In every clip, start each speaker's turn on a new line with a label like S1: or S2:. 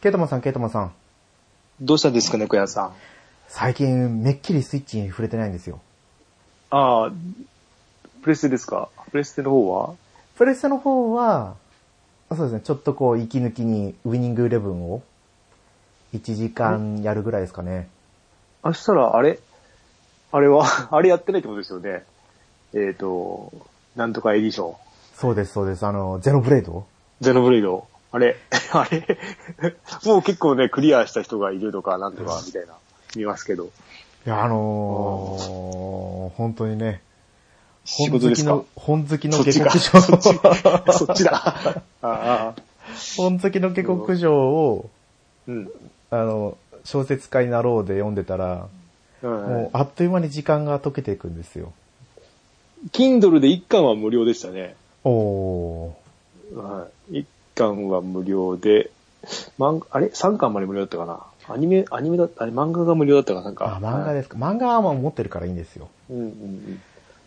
S1: ケイトマンさん、ケイトマンさん。
S2: どうしたんですかね、小屋さん。
S1: 最近、めっきりスイッチに触れてないんですよ。
S2: ああ、プレステですかプレステの方は
S1: プレステの方は、あそうですね、ちょっとこう、息抜きにウィニングイレブンを、1時間やるぐらいですかね。
S2: あしたら、あれあれは、 あれやってないってことですよね。えっ、と、なんとかエディション。
S1: そうです、そうです。あの、ゼロブレード
S2: ゼノブレイド。あれ あれもう結構ね、クリアした人がいるとか、なんとか、みたいな、見ますけど。
S1: いや、あのー、本当にね、
S2: 仕事ですか
S1: 本好きの、
S2: そ
S1: 本好き
S2: っ
S1: の
S2: ちか。
S1: 下
S2: そっち
S1: 克上。
S2: そっちだ。 ああ、
S1: 本好きの下克上を、
S2: うん。
S1: あの、小説家になろうで読んでたら、
S2: うん
S1: もう、あっという間に時間が溶けていくんですよ。
S2: Kindle で1巻は無料でしたね。
S1: おー。
S2: はい。1巻は無料で、漫画、あれ ?3 巻まで無料だったかなアニメ、アニメだあれ漫画が無料だったかなんか。
S1: あ、漫画
S2: はい
S1: ですか。漫画はもう持ってるからいいんですよ。
S2: うんうんうん。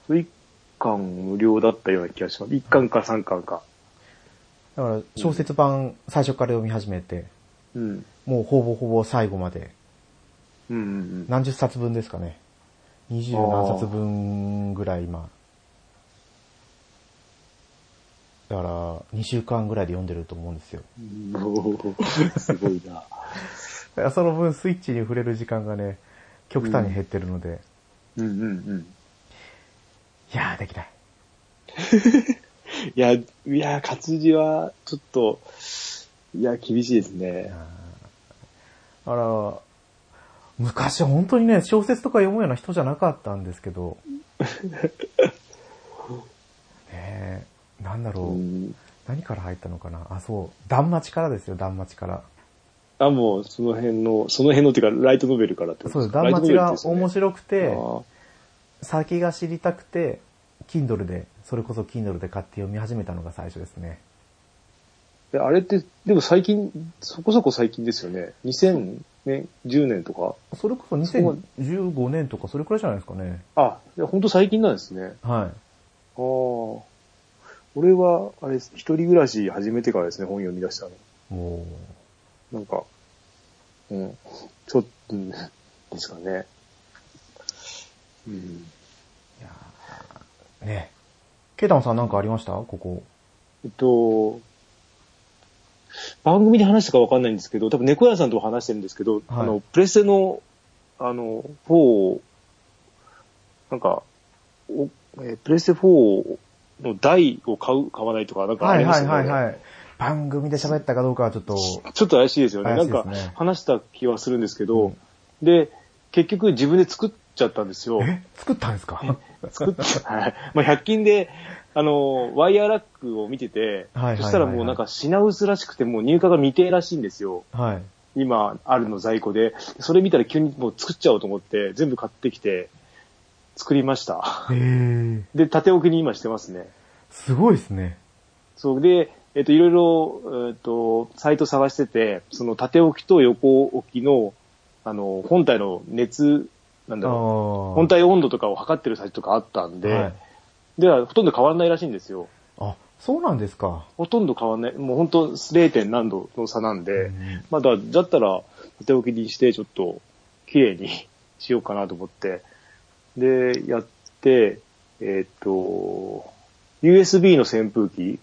S2: それ1巻無料だったような気がします。1巻か3巻か。
S1: だから、小説版最初から読み始めて、
S2: うん。
S1: もうほぼほぼ最後まで、
S2: うんうん
S1: 何十冊分ですかね。二十何冊分ぐらい今。だから、二週間ぐらいで読んでると思うんですよ。
S2: うん。おーすごいな。
S1: だからその分スイッチに触れる時間がね、極端に減ってるので、い
S2: うんうんうん。
S1: やーできない。
S2: いや、いや、活字は、ちょっと、いや、厳しいですね。
S1: あら、昔は本当にね、小説とか読むような人じゃなかったんですけ ど。ねえ、なんだろう、
S2: うん。
S1: 何から入ったのかなあ、そう。断末からですよ、断末から。
S2: あ、もう、その辺の、その辺のっていうか、ライトノベルからってこ
S1: そ
S2: と
S1: う
S2: で
S1: ですす、
S2: か
S1: 断末が面
S2: 面
S1: 白くて、
S2: 白
S1: 先が知りたくて、Kindle で、それこそ Kindle で買って読み始めたのが最初ですね。
S2: で、あれって、でも最近、そこそこ最近ですよね。2000年、10年とか。
S1: それこそ2015年とかそれくらいじゃないですかね。
S2: あ、いや、ほんと最近なんですね。
S1: は
S2: ああ。俺は、あれです、一人暮らし始めてからですね、本読み出したの。
S1: い。も
S2: なんか、うん、ちょっと、うんですかね。うん。
S1: う、ねケイタンさんなんかありましたここ。
S2: えっと、番組で話したかわかんないんですけど、多分猫屋さんと話してるんですけど、あの、プレステの、あの、4を、なんか、おえープレステ4の台を買う、買わないとか、なんかあ
S1: は
S2: り
S1: い
S2: ま
S1: は
S2: し
S1: い
S2: た
S1: は
S2: よ
S1: い
S2: ね。
S1: はい。番組で喋ったかどうかはちょっと、
S2: ちょっと怪しいですよね。
S1: 怪
S2: な
S1: し
S2: ん
S1: いです
S2: か
S1: ね
S2: 話した気はするんですけど、で、結局自分で作っちゃったんですよ。
S1: え作ったんですか
S2: 作って、はい。 まあ、100均で、あの、ワイヤーラックを見てて
S1: はいはいはいは、い
S2: そしたらもうなんか品薄らしくて、もう入荷が未定らしいんですよ。
S1: はい。
S2: 今あるの在庫で。それ見たら急にもう作っちゃおうと思って、全部買ってきて、作りました。
S1: へー
S2: で、縦置きに今してますね。
S1: すごいですね。
S2: そうで、えっと、いろいろ、えっと、サイト探してて、その縦置きと横置きの、あの、本体の熱、なんだろう、本
S1: 本
S2: 体温度とかを測ってるサイトとかあったんで、
S1: はい、
S2: ではほとんど変わらないらしいんですよ。
S1: あ、そうなんですか。
S2: ほとんど変わんない。もう本当 0. 点何度の差なんで、
S1: うん
S2: まあだ、だったら、縦置きにして、ちょっと、綺麗に しようかなと思って。で、やって、えーっと、USB の扇風機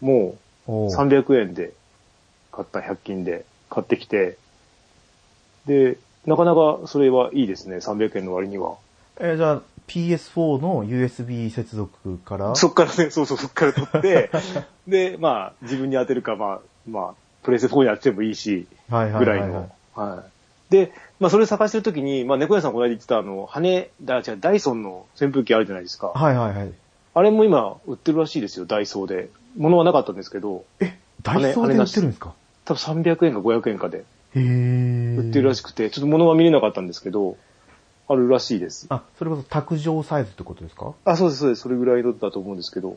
S2: も
S1: お
S2: う
S1: う
S2: 300円で買った、100均で買ってきて、で、なかなかそれはいいですね、300円の割には。
S1: えーじゃあ PS4 の USB 接続から、
S2: そっからね、そうそう、そっから 取って、で、まあ、自分に当てるか、まあ、まあ、プレステ4に当ててもいいし、
S1: はいは
S2: ぐ
S1: いは
S2: ら
S1: い
S2: い
S1: は
S2: の。はい。で、まあ、それ探してるときに、まあ、猫屋さんこの間言ってた、あの、羽、だ、違う、ダイソンの扇風機あるじゃないです
S1: い。
S2: か。
S1: はいはいはい。
S2: あれも今、売ってるらしいですよ、ダイソーで。物はなかったんですけど、
S1: え、ダイソーで売ってるんですか
S2: 多分300円か500円かで
S1: へー
S2: 売ってるらしくて、ちょっと物は見れなかったんですけど、あるらしいです。
S1: あ、それこそ卓上サイズってことですか
S2: あ、そうです、そうです。それぐらいだったと思うんですけど、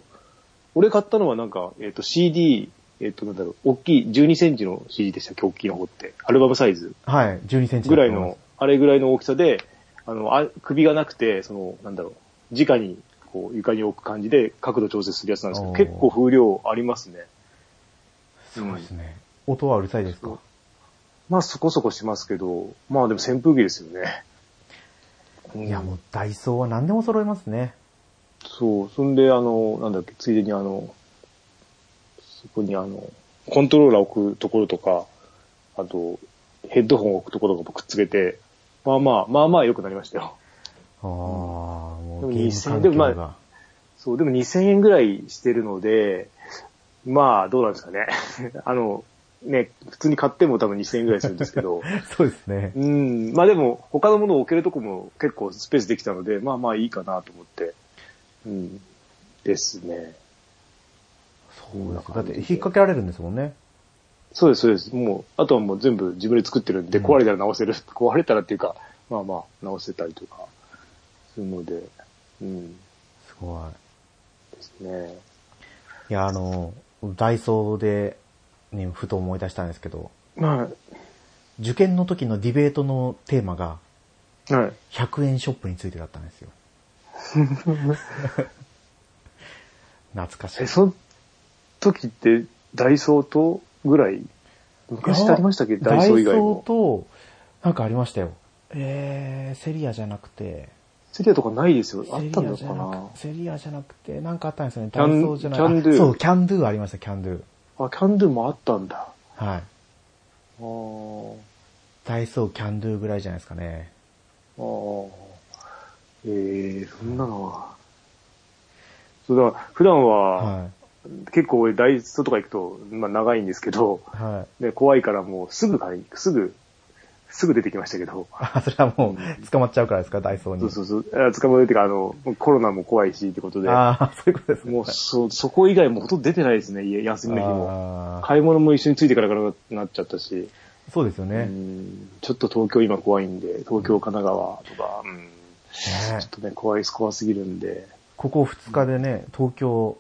S2: 俺買ったのはなんか、えっ、と CD、えっ、となんだろう、大きい12センチの CD でしたっけ、大きいの方って。アルバムサイズ
S1: はい、12センチ
S2: ぐ
S1: だと
S2: らい
S1: 思ま
S2: の
S1: す。、
S2: あれぐらいの大きさで、あの、あ首がなくて、その、なんだろう、直に、こう、床に置く感じで角度調整するやつなんですけど、
S1: おー
S2: 結構風量ありますね。
S1: そうですね。音はうるさいですか
S2: まあそこそこしますけど、まあでも扇風機ですよね。うん
S1: いや、もうダイソーは何でも揃えますね。
S2: そう、そんで、あの、なんだっけ、ついでにあの、そこにあの、コントローラー置くところとか、あと、ヘッドホン置くところとかもくっつけて、まあまあ、まあまあ良くなりましたよ。
S1: ああ、も
S2: で
S1: う
S2: も
S1: ゲーム
S2: 2000
S1: 環
S2: でも
S1: 境
S2: まあ
S1: が。
S2: そう、でも2000円ぐらいしてるので、まあ、どうなんですかね。 あの、ね、普通に買っても多分2000円ぐらいするんですけど、
S1: そうですね
S2: う。ん、まあでも、他のものを置けるとこも結構スペースできたので、まあまあいいかなと思って、うん、ですね。
S1: そうです。だって引っ掛けられるんですもんね。
S2: そうです、そうです。もう、あとはもう全部自分で作ってるんで、
S1: うん
S2: 壊れたら直せる、 壊れたらっていうか、まあまあ、直せたりとか、するので、うん、です
S1: ごい。
S2: すね。
S1: いや、あの、ダイソーで、ね、ふと思い出したんですけど、
S2: ま
S1: 受験の時のディベートのテーマが、
S2: あ、はい。
S1: 100円ショップについてだったんですよ。 懐かしい
S2: え、。その時って、ダイソーとぐらい昔ってありましたっけダイソー以外
S1: ダイソー
S2: も。
S1: と、なんかありましたよ。えー、セリアじゃなくて、
S2: セリアとかないですよ。あっ
S1: セリ
S2: たの
S1: アじゃ
S2: か
S1: な
S2: な
S1: くセリアじゃなくて、なんかあったんですよね。
S2: キ
S1: ダ
S2: ャ
S1: イ
S2: ン
S1: ソーじゃない。
S2: キャンドゥ
S1: あそう、キャンドゥありました、キャンドゥ。
S2: あ、キャンドゥもあったんだ。
S1: はい。
S2: あー
S1: ダイソー、キャンドゥぐらいじゃないですかね。
S2: ああ。ええそんなのは。そうだから、普段は、
S1: は
S2: 結構俺ダイソーとか行くと、まあ長いんですけど、
S1: い。はい。
S2: ね、怖いからもうすぐ買い、すぐ、すぐ出てきましたけど。
S1: あ、 それはもう、捕まっちゃうからですか、ダイソーに。
S2: そうそうそう。あ捕まえてか、あの、コロナも怖いしってことで。
S1: ああ、そういうことですね。
S2: もう、そう、そこ以外もほとんど出てないですね、家、休みの日も。
S1: あー
S2: 買い物も一緒についてからからなっちゃったし、
S1: そうですよ
S2: う
S1: ね。ね
S2: んちょっと東京今怖いんで、東京、神奈川とか、うんちょっとね、怖い、怖すぎるんで、
S1: ここ2日でね、東京、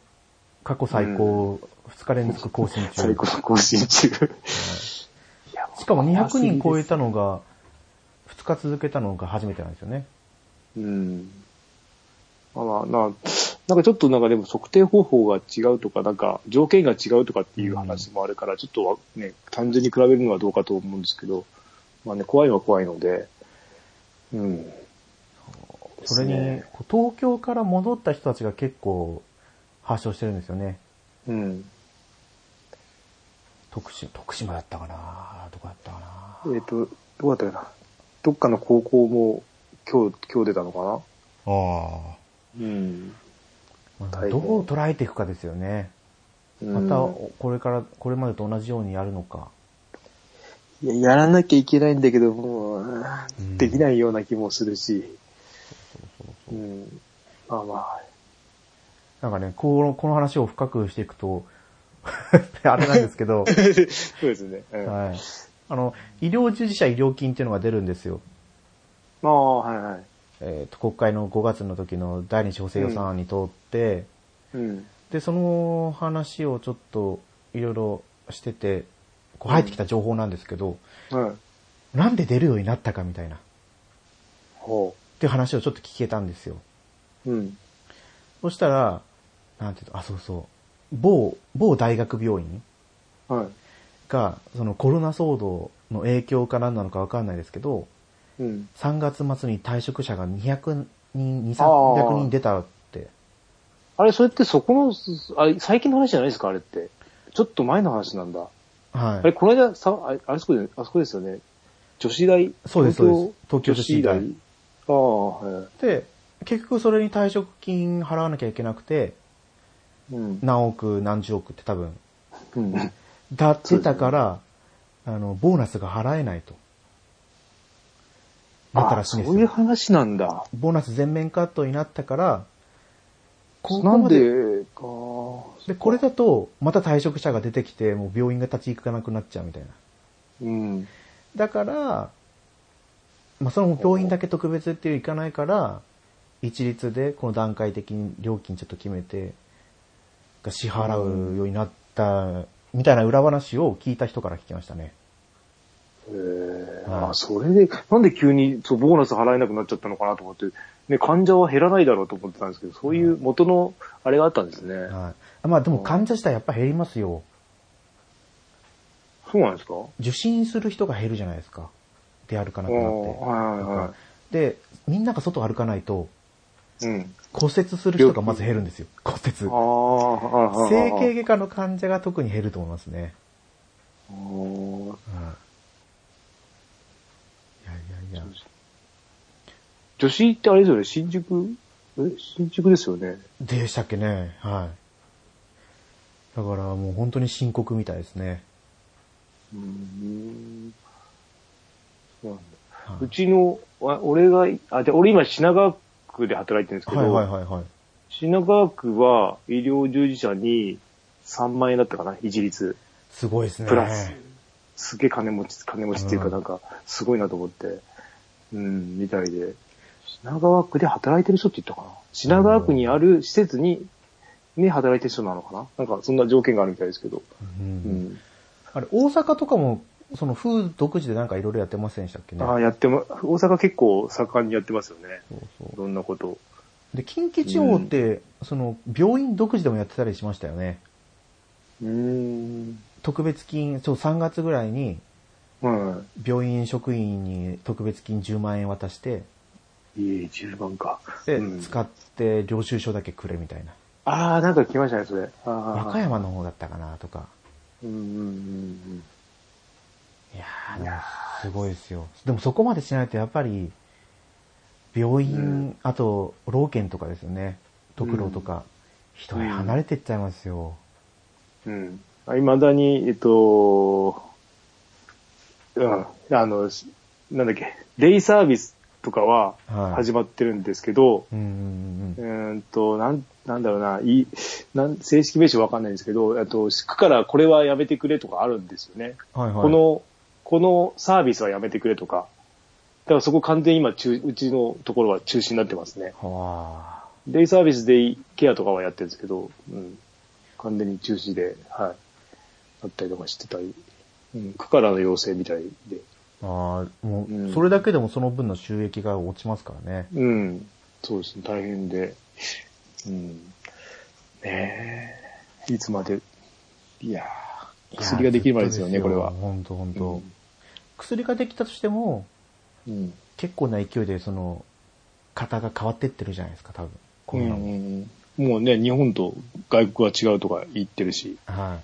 S1: 過去最高、2日連続更新中。
S2: 最高の更新中。 いや
S1: しかも200人超え。たのが、2日続けたのが初めてなんですよね。
S2: もう怖すぎですうん。まあまあ、ななんかちょっとなんかでも測定方法が違うとか、なんか条件が違うとかっていう話もあるから、ちょっとわね、単純に比べるのはどうかと思うんですけど、まあね、怖いのは怖いので、うん。
S1: それ
S2: で
S1: に、こう東京から戻った人たちが結構発症してるんですよね。
S2: すね、うん。
S1: 徳島、徳島だったかなどこだったかな
S2: えっ、と、どうだったかな。どっかの高校も今日、今日出たのか
S1: あ
S2: なうん。
S1: あ。どう捉えていくかですよね。また、
S2: うん
S1: これから、これまでと同じようにやるのか。
S2: いや、やらなきゃいけないんだけど、もう、
S1: うん
S2: できないような気もするし。うん。まあま あ。
S1: なんかね、この、この話を深くしていくと、 あれなんですけ ど、
S2: そうですね。うん、ま
S1: はい。あの、医療従事者医療金っていうのが出るんですよ。
S2: あ、はいはい。
S1: えっ、と、国会の5月の時の第二次補正予算案に通って、
S2: うん。
S1: で、その話をちょっと、いろいろしてて、こう入ってきた情報なんですけど、
S2: はい。
S1: なんで出るようになったかみたいな、っ
S2: ほ
S1: ていう話をちょっと聞けたんですよ。
S2: う。うん。
S1: そしたら、なんていうの、あ、そうそう、某、某大学病院
S2: は
S1: が、そのコロナ騒動の影響か何なのかわかんないですけど、
S2: い。うん。
S1: 3月末に退職者が200人、2、
S2: あー
S1: 300人出たって。
S2: あれ、それってそこの、あれ、最近の話じゃないですか、あれって。ちょっと前の話なんだ。あ
S1: は
S2: れ、
S1: い。
S2: この間、さあれあれそこで、あそこですよね。女子大。
S1: そうですそうです東京
S2: 東京
S1: 女
S2: 女
S1: 子
S2: 子
S1: 大
S2: 大。ああ、はい。
S1: で、結局それに退職金払わなきゃいけなくて、
S2: うん。
S1: 何億、何十億って多分、
S2: うん。
S1: だってたから、あの、ボーナスが払えないと。なったらしいんです
S2: あそういう
S1: よ。
S2: 話なんだ。
S1: ボーナス全面カットになったから、ここ
S2: なん
S1: ま
S2: で
S1: で、
S2: か。
S1: で、これだと、また退職者が出てきて、もう病院が立ち行かなくなっちゃうみたいな。
S2: うん。
S1: だから、まあ、その病院だけ特別っていういかないから、一律でこの段階的に料金ちょっと決めて、が支払うようになった、みたいな裏話を聞いた人から聞きましたね。
S2: えー
S1: はい
S2: あ、それで、なんで急にそうボーナス払えなくなっちゃったのかなと思って、ね、患者は減らないだろうと思ってたんですけど、そういう元のあれがあったんですね。
S1: はい。まあでも患者自体やっぱ減りますよ。
S2: そうなんですか
S1: 受診する人が減るじゃないですか。出歩かなくな
S2: おーはいはい
S1: っ
S2: は
S1: て。で、みんなが外歩かないと、
S2: い。うん。
S1: 骨折する人がまず減るんですよ。骨
S2: あ
S1: 折。
S2: あ、ああ、あ
S1: 整形外科の患者が特に減ると思いますね。
S2: あー
S1: うん、いやいやいや。
S2: 女子ってあれですよね、新宿え新宿ですよね。
S1: でしたっけね。はい。だからもう本当に深刻みたいですね。
S2: うーん。そうなんだ
S1: は
S2: う
S1: い、
S2: ちの、あ俺が、あ、で、俺今品川区で働いてるんですけど、
S1: はいはいはいはい。
S2: 品川区は医療従事者に3万円だったかな、一律。
S1: すごいですね。
S2: プラス。すげえ金持ち、金持ちっていう
S1: う
S2: か
S1: ん
S2: なんか、すごいなと思って、うん、みたいで。品川区で働いてる人って言ったかな品川区にある施設に、ね、働いてる人なのかななんか、そんな条件があるみたいですけど。
S1: う。
S2: うんん。
S1: あれ、大阪とかも、その、風独自でなんかいろいろやってませんでしたっけね。
S2: ああ、やってま、大阪結構盛んにやってますよね。
S1: そう
S2: い
S1: そう。
S2: ろんなこと。
S1: で、近畿地方って、その、病院独自でもやってたりしましたよね。
S2: うーん。
S1: 特別金、そう、3月ぐらいに、
S2: は
S1: 病院職員に特別金10万円渡して、
S2: い。いえ、10番か。
S1: で
S2: う、ん
S1: 使って領収書だけくれみたいな。
S2: ああ、なんか来ましたね、それ。ああ
S1: 和歌。山の方だったかなとか。
S2: うんうんうん
S1: いやー、でもすごいですよ。でもそこまでしないとやっぱり、病院、
S2: うん
S1: あと、老健とかですよね。特労とか、人へ離れていっちゃいますよ。
S2: うん。うん。いまだに、えっと、うん。あの、しなんだっけ、デイサービスとかは
S1: はい
S2: 始まってるんですけど、
S1: うんうん
S2: うーんと、なん、なんだろうな、いなん正式名称わかんないんですけど、えっと、区からこれはやめてくれとかあるんですよね。
S1: うん。はいはい。
S2: こ、の、このサービスはやめてくれとか。だからそこ完全に今中、うちのところは中止になってますね。
S1: はあ。
S2: デイサービス、デイケアとかはやってるんですけど、うん。完全に中止で、はい。あったりとかしてたり、うん。区からの要請みたいで。
S1: ああ、も
S2: う
S1: う、
S2: ん
S1: それだけでもその分の収益が落ちますからね。
S2: うん。そうですね。大変で。うん。ねえ。いつまで、いやー薬ができるまでですよね、これは。
S1: 本当本
S2: う
S1: 当
S2: ん
S1: 薬ができたとしても、
S2: うん。
S1: 結構な勢いで、その、型が変わってってるじゃないですか、多分。コ
S2: う
S1: ロ
S2: ん
S1: ナも。
S2: うんもうね、日本と外国は違うとか言ってるし。
S1: は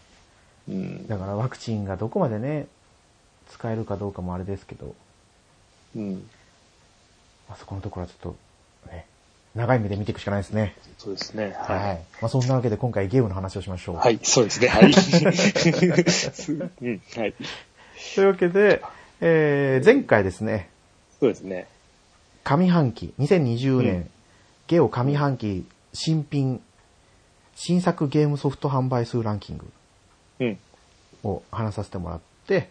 S1: い。
S2: うん。
S1: だからワクチンがどこまでね、使えるかどうかもあれですけど、
S2: うん。
S1: まあ、そこのところはちょっと、ね、長い目で見ていくしかないですね。
S2: そうですね。
S1: はい。
S2: はい。
S1: まあ、そんなわけで今回ゲームの話をしましょう。。
S2: はいい、そうですね。はい。すうん、はい。
S1: というわけで、えー、前回ですね、
S2: そうですね。
S1: 上半期、2020年、
S2: うん
S1: ゲオ上半期新品、新作ゲームソフト販売数ランキング
S2: うん。
S1: を話させてもらって、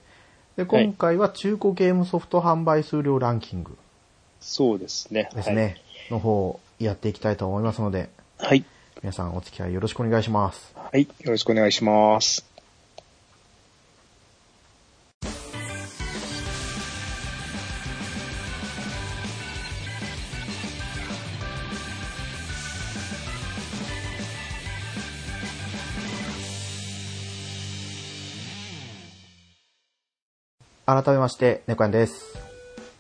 S1: で、今回は中古ゲームソフト販売数量ランキング
S2: そうですね。
S1: ですね、の方をやっていきたいと思いますので、
S2: はい。
S1: 皆さんお付き合いよろしくお願いします。
S2: はい。はい。よろしくお願いします。
S1: 改めまして、ネコヤンです。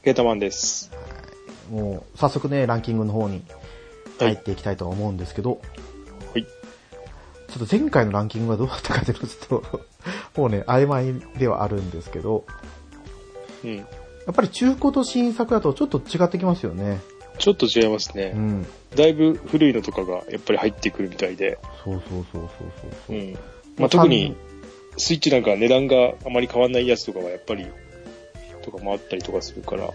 S2: ゲータマンです。
S1: もう、早速ね、ランキングの方に入っていきたいとは思うんですけど、
S2: はい。
S1: ちょっと前回のランキングはどうだったかっていうのはちょっと、 もうね、曖昧ではあるんですけど、
S2: うん。
S1: やっぱり中古と新作だとちょっと違ってきますよね。
S2: ちょっと違います
S1: う
S2: ね。
S1: ん。
S2: だいぶ古いのとかがやっぱり入ってくるみたいで。
S1: そうそうそうそうそうそうう、
S2: ん。まあ、特に、スイッチなんか値段があまり変わんないやつとかはやっぱり、とかもあったりとかするから。
S1: そう。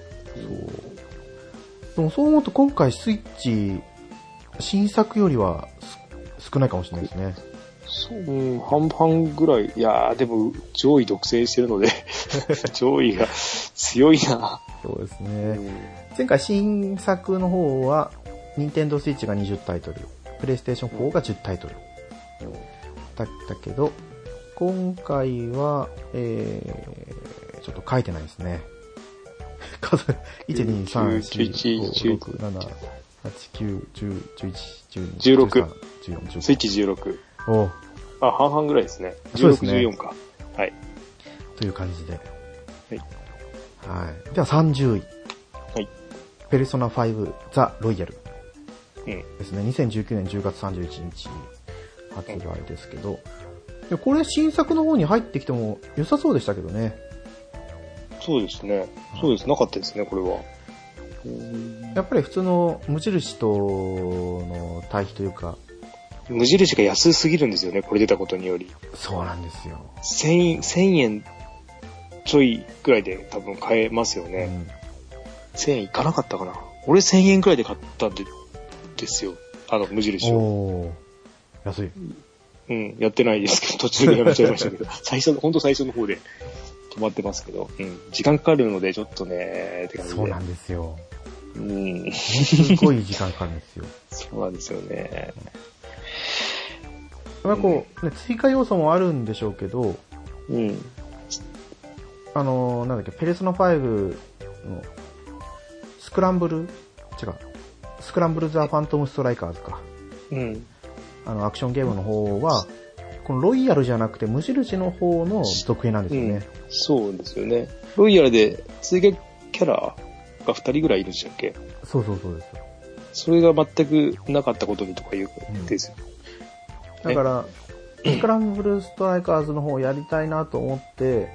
S1: でもそう思うと今回スイッチ、新作よりはす少ないかもしれないですね。
S2: そう、うん、半々ぐらい。いやー、でも、上位独占してるの で、上位が強いな。
S1: そうです
S2: う
S1: ね。
S2: ん
S1: 前回新作の方は、任天堂 Switch が20タイトル、PlayStation 4が10タイトルだったけど、今回は、えー、ちょっと書いてないですね。 数、1、2、3、4、5、6、7、8、9、10、11、12、
S2: 16
S1: 13、14、
S2: スイ
S1: 15。
S2: ッチ16。
S1: おう
S2: あ、半々ぐらいですね。
S1: そうで
S2: 16、
S1: すね
S2: 14か。はい。
S1: という感じで。
S2: はい。
S1: はい。では30位。
S2: はい。
S1: ペルソナ5ザ・ロイヤル
S2: うん。
S1: ですね。2019年10月31日発売ですけど。でこれ新作の方に入ってきても良さそうでしたけどね。
S2: そうですね。そうです。なかったですね、これは。
S1: やっぱり普通の無印との対比というか、
S2: 無印が安すぎるんですよね、これ出たことにより。
S1: そうなんですよ。
S2: 1000、1000円ちょいぐらいで多分買えますよ
S1: う
S2: ね。
S1: ん。
S2: 1000円いかなかったかな。俺1000円ぐらいで買ったんで、ですよ。あの、無印を。
S1: おー。安い。
S2: うん、やってないですけど、 途中でやめちゃいましたけど、最初の、ほんと最初の方で止まってますけど、うん、時間かかるので、ちょっとね、って感じで。
S1: そうなんですよ。
S2: うん、
S1: すごい時間かかるんです よ。
S2: そうなんですよね。
S1: やっぱりこう、ね、追加要素もあるんでしょうけど、
S2: うん、
S1: あのーなんだっけ、ペルソナ5の、スクランブル違う。スクランブルザ・ファントム・ストライカーズか。
S2: うん、
S1: あの、アクションゲームの方は、このロイヤルじゃなくて無印の方の続編なんですよね。
S2: そうですよね。ロイヤルで追加キャラが2人ぐらいいるんでしたっけ
S1: そうそうそうです。
S2: それが全くなかったことにとか言うんですよ。
S1: だから、スクランブルストライカーズの方をやりたいなと思って、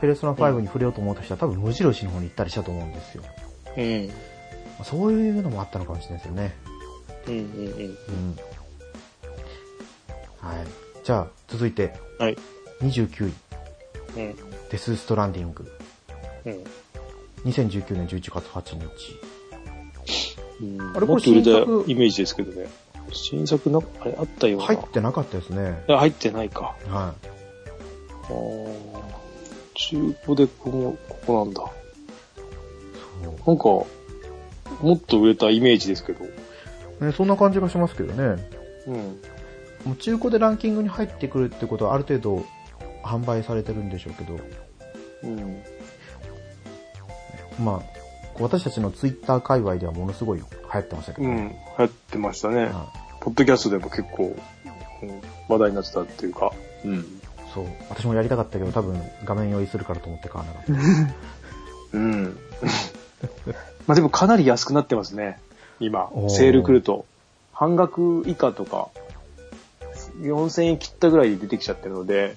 S1: ペルソナ5に触れようと思った人は多分無印の方に行ったりしたと思うんですよ。
S2: うん、うん、
S1: まあそういうのもあったのかもしれないですよね。
S2: うん、うん。
S1: うん。はい。じゃあ、続いて、
S2: はい。
S1: 29位、
S2: うん、
S1: デス・ストランディング。
S2: うん。
S1: 2019年11月8日。
S2: うん
S1: あれ
S2: もっと売れた
S1: これ新作
S2: イメージですけどね。新作な、あれあったような。
S1: 入ってなかったですね。
S2: あ入ってないか。
S1: は
S2: あー中古でこの、ここなんだ。
S1: い。そ
S2: なんか、もっと売れたイメージですけど。
S1: う。ね、そんな感じがしますけどね。
S2: うん。
S1: もう中古でランキングに入ってくるってことはある程度販売されてるんでしょうけど、
S2: うん。
S1: まあ、こう私たちのツイッター界隈ではものすごい流行ってましたけ
S2: う
S1: ど、
S2: ん。流行ってましたね。
S1: は
S2: ポッドキャストでも結構、うん話題になってたっていうか。うん。
S1: いそう。私もやりたかったけど、多分画面用意するからと思って買わなかった。
S2: うん。 まあでもかなり安くなってますね。今
S1: おー、
S2: セール来ると。半額以下とか、4000円切ったぐらいで出てきちゃってるので、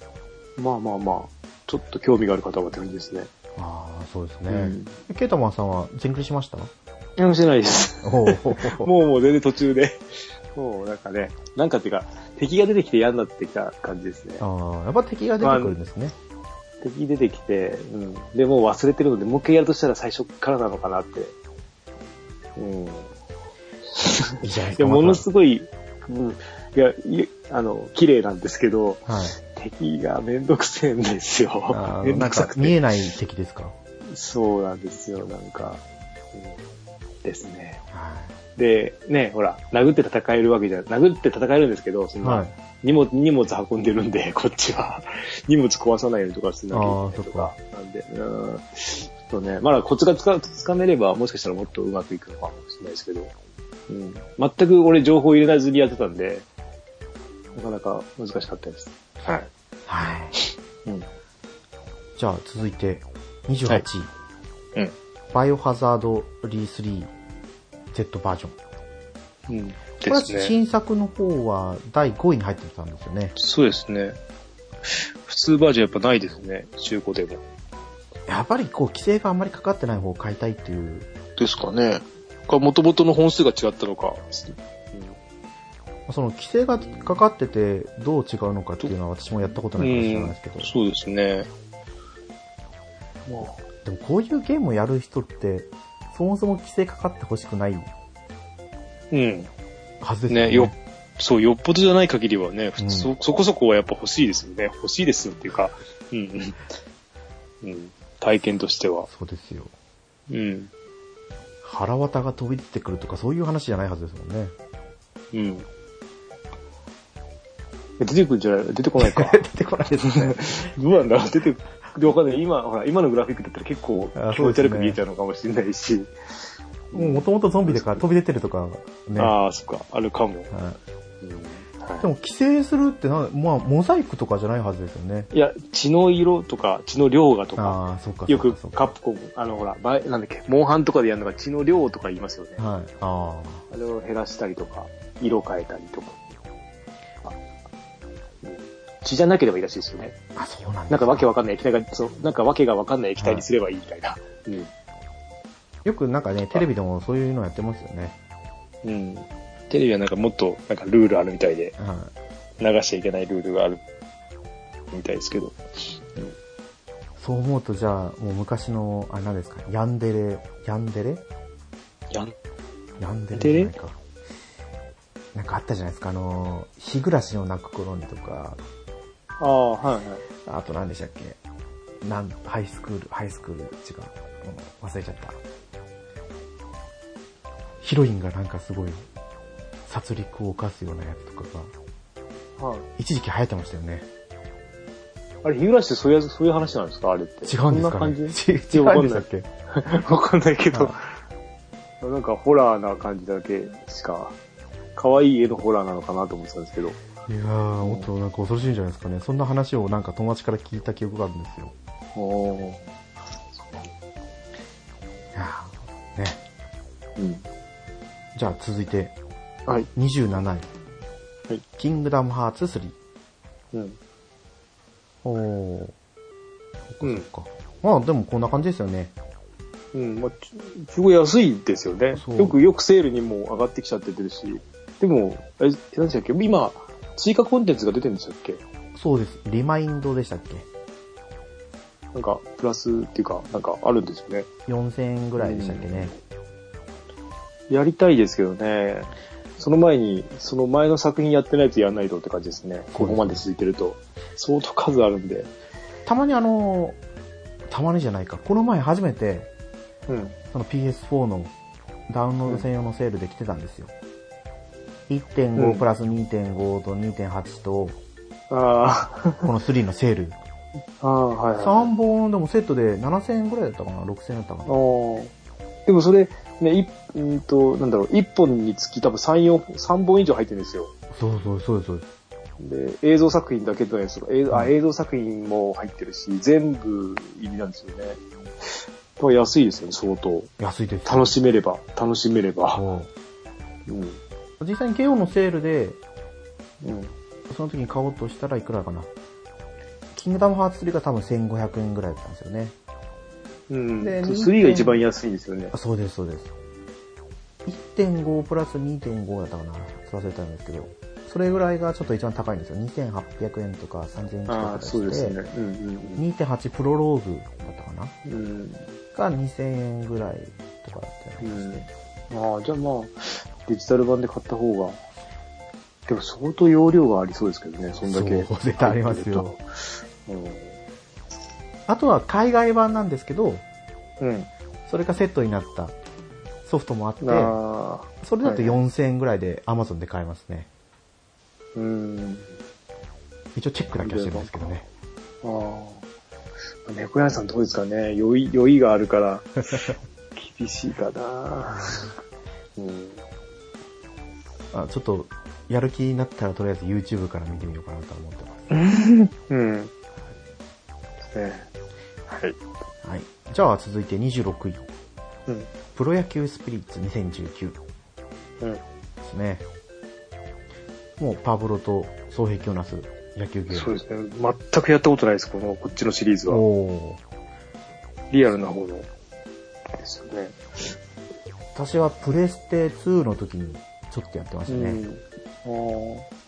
S2: まあまあまあ、ちょっと興味がある方はって感じですね。
S1: ああ、そうですね。
S2: うん
S1: ケータマンさんは全クリしました
S2: いや、してないです。
S1: おー
S2: もうもう全然途中で。 もうなんかね、なんかっていうか、敵が出てきて嫌になってきた感じですね。
S1: ああ、やっぱ敵が出てくるんですね。
S2: 敵出てきて、うん。で、もう忘れてるので、もう一回やるとしたら最初からなのかなって。うん。い
S1: いいじゃないですか。ま
S2: や、
S1: た
S2: ものすごい、うん。いや、いあの、綺麗なんですけど、
S1: はい。
S2: 敵がめんどくせえんですよ
S1: あ。
S2: め
S1: ー
S2: ん
S1: な
S2: ど
S1: ん
S2: くさ
S1: か
S2: く
S1: 見
S2: て。
S1: えない敵ですか。
S2: そうなんですよ、なんか。うん、ですね。
S1: は
S2: で、ね、ほら、殴って戦えるわけじゃ、殴って戦えるんですけど、そ
S1: い。
S2: んな、
S1: はい。
S2: 荷物、荷物運んでるんで、こ っちは。荷物壊さないようにとかするなきゃいけないとか。なんで、うん。ちょっとね、まだコツがつか、つかめれば、もしかしたらもっとうまくいくのかもしれないですけど。うん。全く俺情報入れないずにやってたんで、なかなか難しかったです。はい。
S1: はい。
S2: うん。
S1: じゃあ続いて、28位、
S2: はいうん。
S1: バイオハザード E3Z バージョン。こ
S2: うん。
S1: れは。新作の方は第5位に入ってたんですよね。
S2: そうですね。普通バージョンやっぱないですね。中古でも。
S1: やっぱりこう規制があんまりかかってない方を買いたいっていう。
S2: ですかね。か、元々の本数が違ったのか。
S1: その規制がかかっててどう違うのかっていうのは私もやったことないかもしれないですけど。
S2: そうですね。まあ、
S1: でもこういうゲームをやる人って、そもそも規制かかってほしくない
S2: うん。
S1: はずですよね。
S2: ね、よ、そう、よっぽどじゃない限りはね、普通、
S1: う
S2: そそこそこはやっぱ欲しいですよね。欲しいですっていうか、うん、うん。うん。体験としては。
S1: そうですよ。
S2: うん。
S1: 腹渡が飛び出てくるとかそういう話じゃないはずですもんね。
S2: うん。出てくるんじゃない出てこな いか。
S1: 出てこないです ね。
S2: どうなんだろう出てくる。で、わかんない。今、ほら、今のグラフィックだったら結構
S1: あ
S2: 気
S1: そう
S2: 持
S1: ですね
S2: ち悪く見えちゃうのかもしれないし。
S1: もう元々ゾンビだから飛び出てるとかね。
S2: ああ、そっか。あるかも。
S1: は
S2: うん。はい
S1: でも規制するってなんまあモザイクとかじゃないはずですよね。
S2: いや、血の色とか、血の量がとか、
S1: ああ、そっか。
S2: よく
S1: そっか
S2: カプコン、あの、ほら、バイなんだっけ、モンハンとかでやるのが血の量とか言いますよね
S1: そっ。かはい。あ
S2: あれを減らしたりとか、色変えたりとか。あ血じゃなければいいらしいですよね。
S1: あ。あ、そうなんだ。
S2: なんかわけわかんない液体が、そう、なんかわけがわかんない液体にすればいいみたいな。うん。
S1: よくなんかね、テレビでもそういうのやってますよね。
S2: うん。テレビはなんかもっと、なんかルールあるみたいで、
S1: はい。
S2: 流しちゃいけないルールがあるみたいですけど。
S1: そう思うとじゃあ、もう昔の、あれなんですか、ヤンデレ、ヤンデレ
S2: やん。
S1: ヤンデレじゃないか。なんかあったじゃないですか、あの、日暮らしの泣く頃にとか、
S2: ああ、はいはい。
S1: あと何でしたっけなん、ハイスクール、ハイスクール、違う。うん忘れちゃった。ヒロインがなんかすごい、殺戮を犯すようなやつとかが、
S2: はい。
S1: 一時期流行ってましたよね。
S2: あれ、日暮らしってそういうやつ、そういう話なんですかあれって。
S1: 違うんですか
S2: そんな
S1: ね
S2: 感
S1: ち
S2: じ
S1: 違うんでしたっけ
S2: わかんないけど
S1: は、
S2: なんかホラーな感じだけしか、可愛い絵のホラーなのかなと思ってたんですけど。
S1: いやー、もっとなんか恐ろしいんじゃないですかね。そんな話をなんか友達から聞いた記憶があるんですよ。
S2: お
S1: いやーね。
S2: うん。
S1: じゃあ続いて、
S2: はい。
S1: 27位。
S2: はい
S1: キングダムハーツ3。
S2: うん。
S1: おー。
S2: うん
S1: そっか。まあでもこんな感じですよね。
S2: うん。まあ、ち中古安いですよね。
S1: そう
S2: よく、よくセールにも上がってきちゃっててるし。でも、あれ、何でしたっけ今、追加コンテンツが出てるんでしたっけ
S1: そうです。リマインドでしたっけ
S2: なんか、プラスっていうか、なんかあるんですよね。
S1: ?4000 円ぐらいでしたっけね。
S2: やりたいですけどね。その前に、その前の作品やってないやつやらないとって感じですね。ここまで続いてると。相当数あるんで。
S1: たまにあの、たまにじゃないか。この前初めて、
S2: うん。
S1: その PS4 のダウンロード専用のセールで来てたんですよ。1.5プラス2.5と2.8と、
S2: あ
S1: この3のセー ル。
S2: あ、ああ、はい、はい。
S1: 3本でもセットで7000円ぐらいだったかな ?6000 円だったかな
S2: おーでもそれ、ね、い、うんと、なんだろう、1本につき多分3、4、3本以上入ってるんですよ。
S1: そうそうそうそうです。
S2: で、映像作品だけじゃないですか。映あ映像作品も入ってるし、全部入りなんですよね。まあ安いですよね、相当。
S1: 安いです。
S2: 楽しめれば、楽しめれば。
S1: そ
S2: うん。
S1: う実際に KO のセールで、
S2: うん。
S1: その時に買おうとしたらいくらかなキングダムハーツ3が多分1500円ぐらいだったんですよね。
S2: うん。
S1: で
S2: 3が一番安いんですよね
S1: あ。そうです、そうです。1.5プラス2.5だったかな忘れたんですけど。それぐらいがちょっと一番高いんですよ。2800円とか3000円近く
S2: ああ、
S1: だ
S2: そう
S1: し
S2: です
S1: て、
S2: ね。うん
S1: 2.8プロローグだったかな
S2: うんうん。
S1: が2000円ぐらいとかだったよ
S2: う
S1: ね
S2: ん。ああ、じゃあまあ、デジタル版で買った方が。でも相当容量がありそうですけどね、そんだけ。
S1: そう絶対ありますよ。
S2: うん。
S1: あとは海外版なんですけど、
S2: うん。
S1: それがセットになったソフトもあって、
S2: ああ、
S1: それだと
S2: はいは
S1: 4000円ぐらいで Amazon で買えますね。
S2: うん。
S1: 一応チェックだけはしてるんですけどね。
S2: ああ。猫屋さんどうですかね、酔い、酔いがあるから、厳しいかな。うん。
S1: あちょっと、やる気になったらとりあえず YouTube から見てみようかなと思ってます。
S2: うん。ですね。はい。
S1: はい。じゃあ続いて26位。
S2: うん。
S1: プロ野球スピリッツ2019で
S2: うん。
S1: すね。もうパブロと双璧をなす野球ゲーム。
S2: そうですね。全くやったことないです、この、こっちのシリーズは。
S1: おー
S2: リアルな方の。ですよね。
S1: 私はプレステ2の時にちょっとやってましたね。
S2: うん。ああ。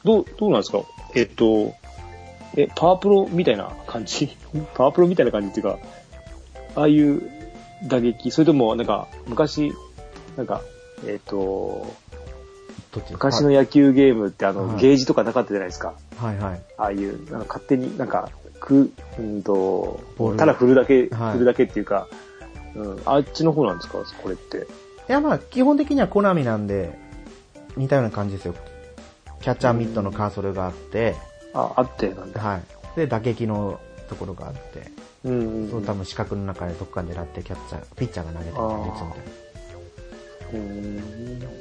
S2: どう、どうなんですかえっと、え、パワープロみたいな感じ パワープロみたいな感じっていうか、ああいう打撃それとも、なんか、昔、なんか、えっと、
S1: どっちですか
S2: 昔の野球ゲームってあの、
S1: はい
S2: ゲージとかなかったじゃないですか。
S1: はいはい。
S2: ああいう、なんか勝手になんか、く、うんと
S1: ボール、
S2: ただ振るだけ、
S1: はい
S2: 振るだけっていうか、うん、あっちの方なんですかこれって。
S1: いやまあ、基本的にはコナミなんで、似たような感じですよ。キャッチャーミットのカーソルがあって、
S2: あ、あってなんだ。
S1: はい。で、打撃のところがあって、
S2: うんうんうん。
S1: その多分四角の中でどっか狙ってキャッチャー、ピッチャーが投げてるやつみたいな。
S2: うーん。
S1: はい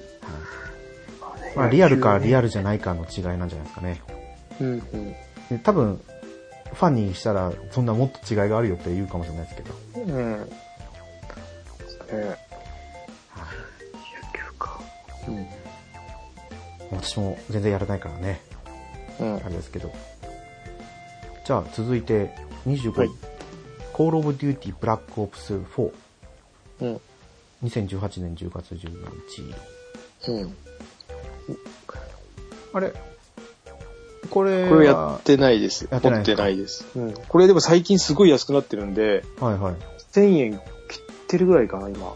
S2: あれ
S1: まあ、リアルかリアルじゃないかの違いなんじゃないですかね。
S2: うんうん。
S1: で多分、ファンにしたら、そんなもっと違いがあるよって言うかもしれないですけど。
S2: うん。ねえ
S1: はい
S2: 野球か。
S1: 私も全然やらないからね、
S2: うん。
S1: あれですけど。じゃあ、続いて、25位。
S2: はい
S1: コールオブデューティーブラックオプス4。
S2: うん。
S1: 2018年10月12日。
S2: うん。
S1: あれこれは
S2: これやってないです。
S1: やってないで
S2: 持
S1: す
S2: って
S1: か
S2: ないです。うん。これでも最近すごい安くなってるんで、
S1: はいはい。
S2: 1000円切ってるぐらいかな、今。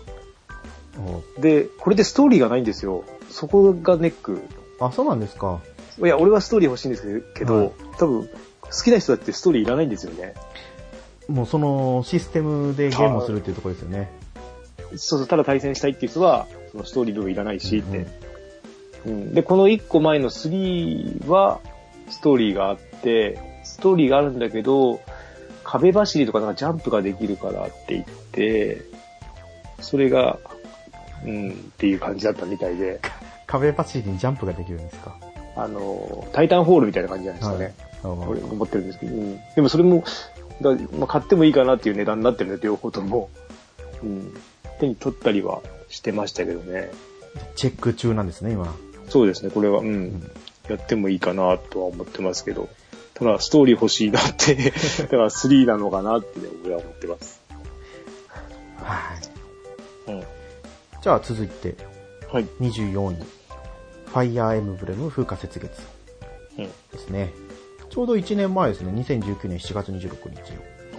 S1: お
S2: で、これでストーリーがないんですよ。そこがネック。
S1: あ、そうなんですか。
S2: いや、俺はストーリー欲しいんですけど、
S1: はい
S2: 多分、好きな人だってストーリーいらないんですよね。
S1: もうそのシステムでゲームをするっていうところですよね。
S2: そうそう、ただ対戦したいっていう人は、そのストーリー部分いらないしって。
S1: うん
S2: うんで、この1個前の3は、ストーリーがあって、ストーリーがあるんだけど、壁走りとかなんかジャンプができるからって言って、それが、うん、っていう感じだったみたいで、
S1: 壁走りにジャンプができるんですか。
S2: あの、タイタンホールみたいな感じじゃないですかね。
S1: はい
S2: 俺思ってるんですけど、でもそれも、だまあ、買ってもいいかなっていう値段になってるんで、両方とも。うん。手に取ったりはしてましたけどね。
S1: チェック中なんですね、今。
S2: そうですね、これは、うん。やってもいいかなとは思ってますけど。ただ、ストーリー欲しいな って、だから3なのかなって、俺は思ってます。
S1: はい。
S2: うん。
S1: じゃあ続いて、
S2: はい。
S1: 24位。ファイアーエムブレム風化雪月
S2: うん。
S1: ですね。ちょうど1年前ですね、2019年7月26日
S2: ああ。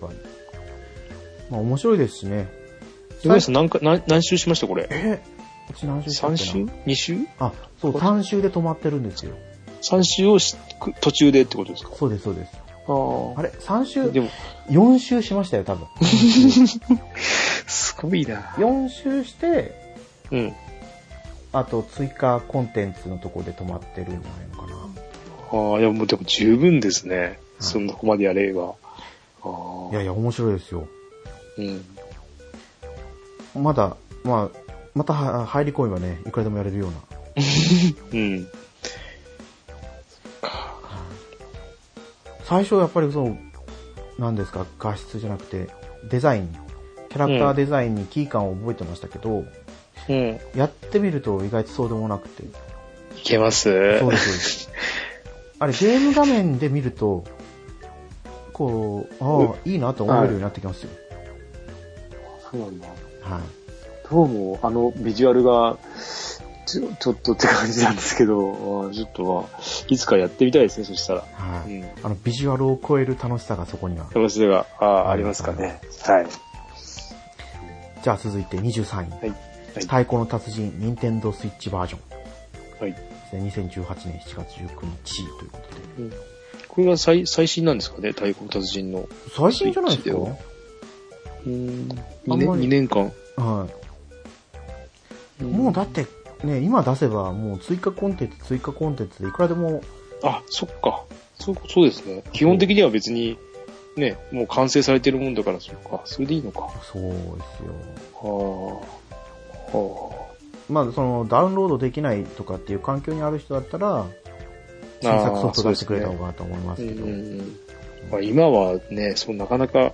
S1: とかに。まあ面白いですしね。
S2: ヨネさん何回、何、何周しましたこれ。
S1: えうち何週したっけ
S2: 3
S1: な
S2: 周 ?2 周
S1: あ、そう、3週で止まってるんですよ。
S2: ?3 周をし途中でってことですか
S1: そうです、そうです。あ
S2: あ
S1: れ ?3 週
S2: でも、
S1: 4周しましたよ、多分。
S2: すごいな。
S1: 4周して、
S2: うん。
S1: あと追加コンテンツのところで止まってるんじゃないのかな。
S2: ああ、いや、もうでも十分ですね。そんなここまでやれば。あ
S1: い
S2: あ。
S1: やいや、面白いですよ。
S2: うん。
S1: まだ、まあ、または入り込めばね、いくらでもやれるような。
S2: うん。
S1: 最初やっぱりその、なんですか、画質じゃなくて、デザイン、キャラクターデザインにキー感を覚えてましたけど、
S2: うん。い
S1: やってみると意外とそうでもなくて。
S2: けます
S1: そうですそう です。あれ、ゲーム画面で見ると、こう、ああ、いいなと思えるようになってきますよ。
S2: そうなんだ。
S1: はい。
S2: どうも、あの、ビジュアルが、ちょちょっとって感じなんですけど、ああちょっとは、いつかやってみたいですね、そしたら。
S1: はい。
S2: うん
S1: あの、ビジュアルを超える楽しさがそこには。
S2: 楽しみが、ああ、ありますかね。はい。
S1: じゃあ続いて23位。
S2: はい。
S1: 太鼓の達人、任天堂スイッチバージョン
S2: はい。
S1: ですね。2018年7月19日ということで。
S2: うんこれが最最新なんですかね、太鼓の達人の。
S1: 最新じゃないです
S2: スイッチで
S1: か
S2: はうん。
S1: あ
S2: 2
S1: ん
S2: 年
S1: まり
S2: 二年間。
S1: はい。もうだって、ね、今出せばもう追加コンテンツ、追加コンテンツでいくらでも、
S2: あ、そっか。そう、そうですね。基本的には別に、ね、もう完成されてるもんだから、そっか。それでいいのか。は
S1: そうですよ。
S2: あ。は
S1: まあ、その、ダウンロードできないとかっていう環境にある人だったら、
S2: あ。
S1: 新作ソフト出してくれた
S2: あ
S1: 方
S2: あ
S1: がと思いま
S2: そ
S1: す
S2: う
S1: け
S2: です
S1: ど。
S2: ねうんうんうんまあ、今はね、そう、なかなか、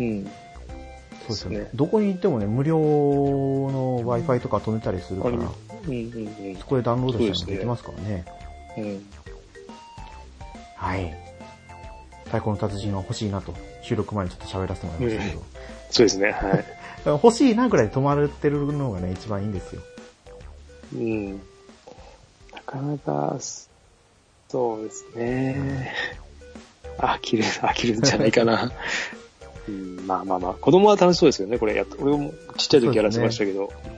S2: うん。
S1: そうですよね。どこに行ってもね、無料の Wi-Fi とか飛んでたりするから、
S2: うんうん
S1: そこでダウンロードした
S2: そうです
S1: り
S2: ね
S1: できますからね。
S2: うん。うん。
S1: はい。太鼓の達人は欲しいなと、収録前にちょっと喋らせてもらいましたけど。
S2: そうですね。はい。
S1: だから欲しいなぐらいで止まれてるのがね、一番いいんですよ。
S2: うん。なかなか、すそうですね。飽きる、飽きるんじゃないかな。 うん、まあまあまあ、子供は楽しそうですよね、これやっ。俺もちっちゃい時やらせましたけど。うんう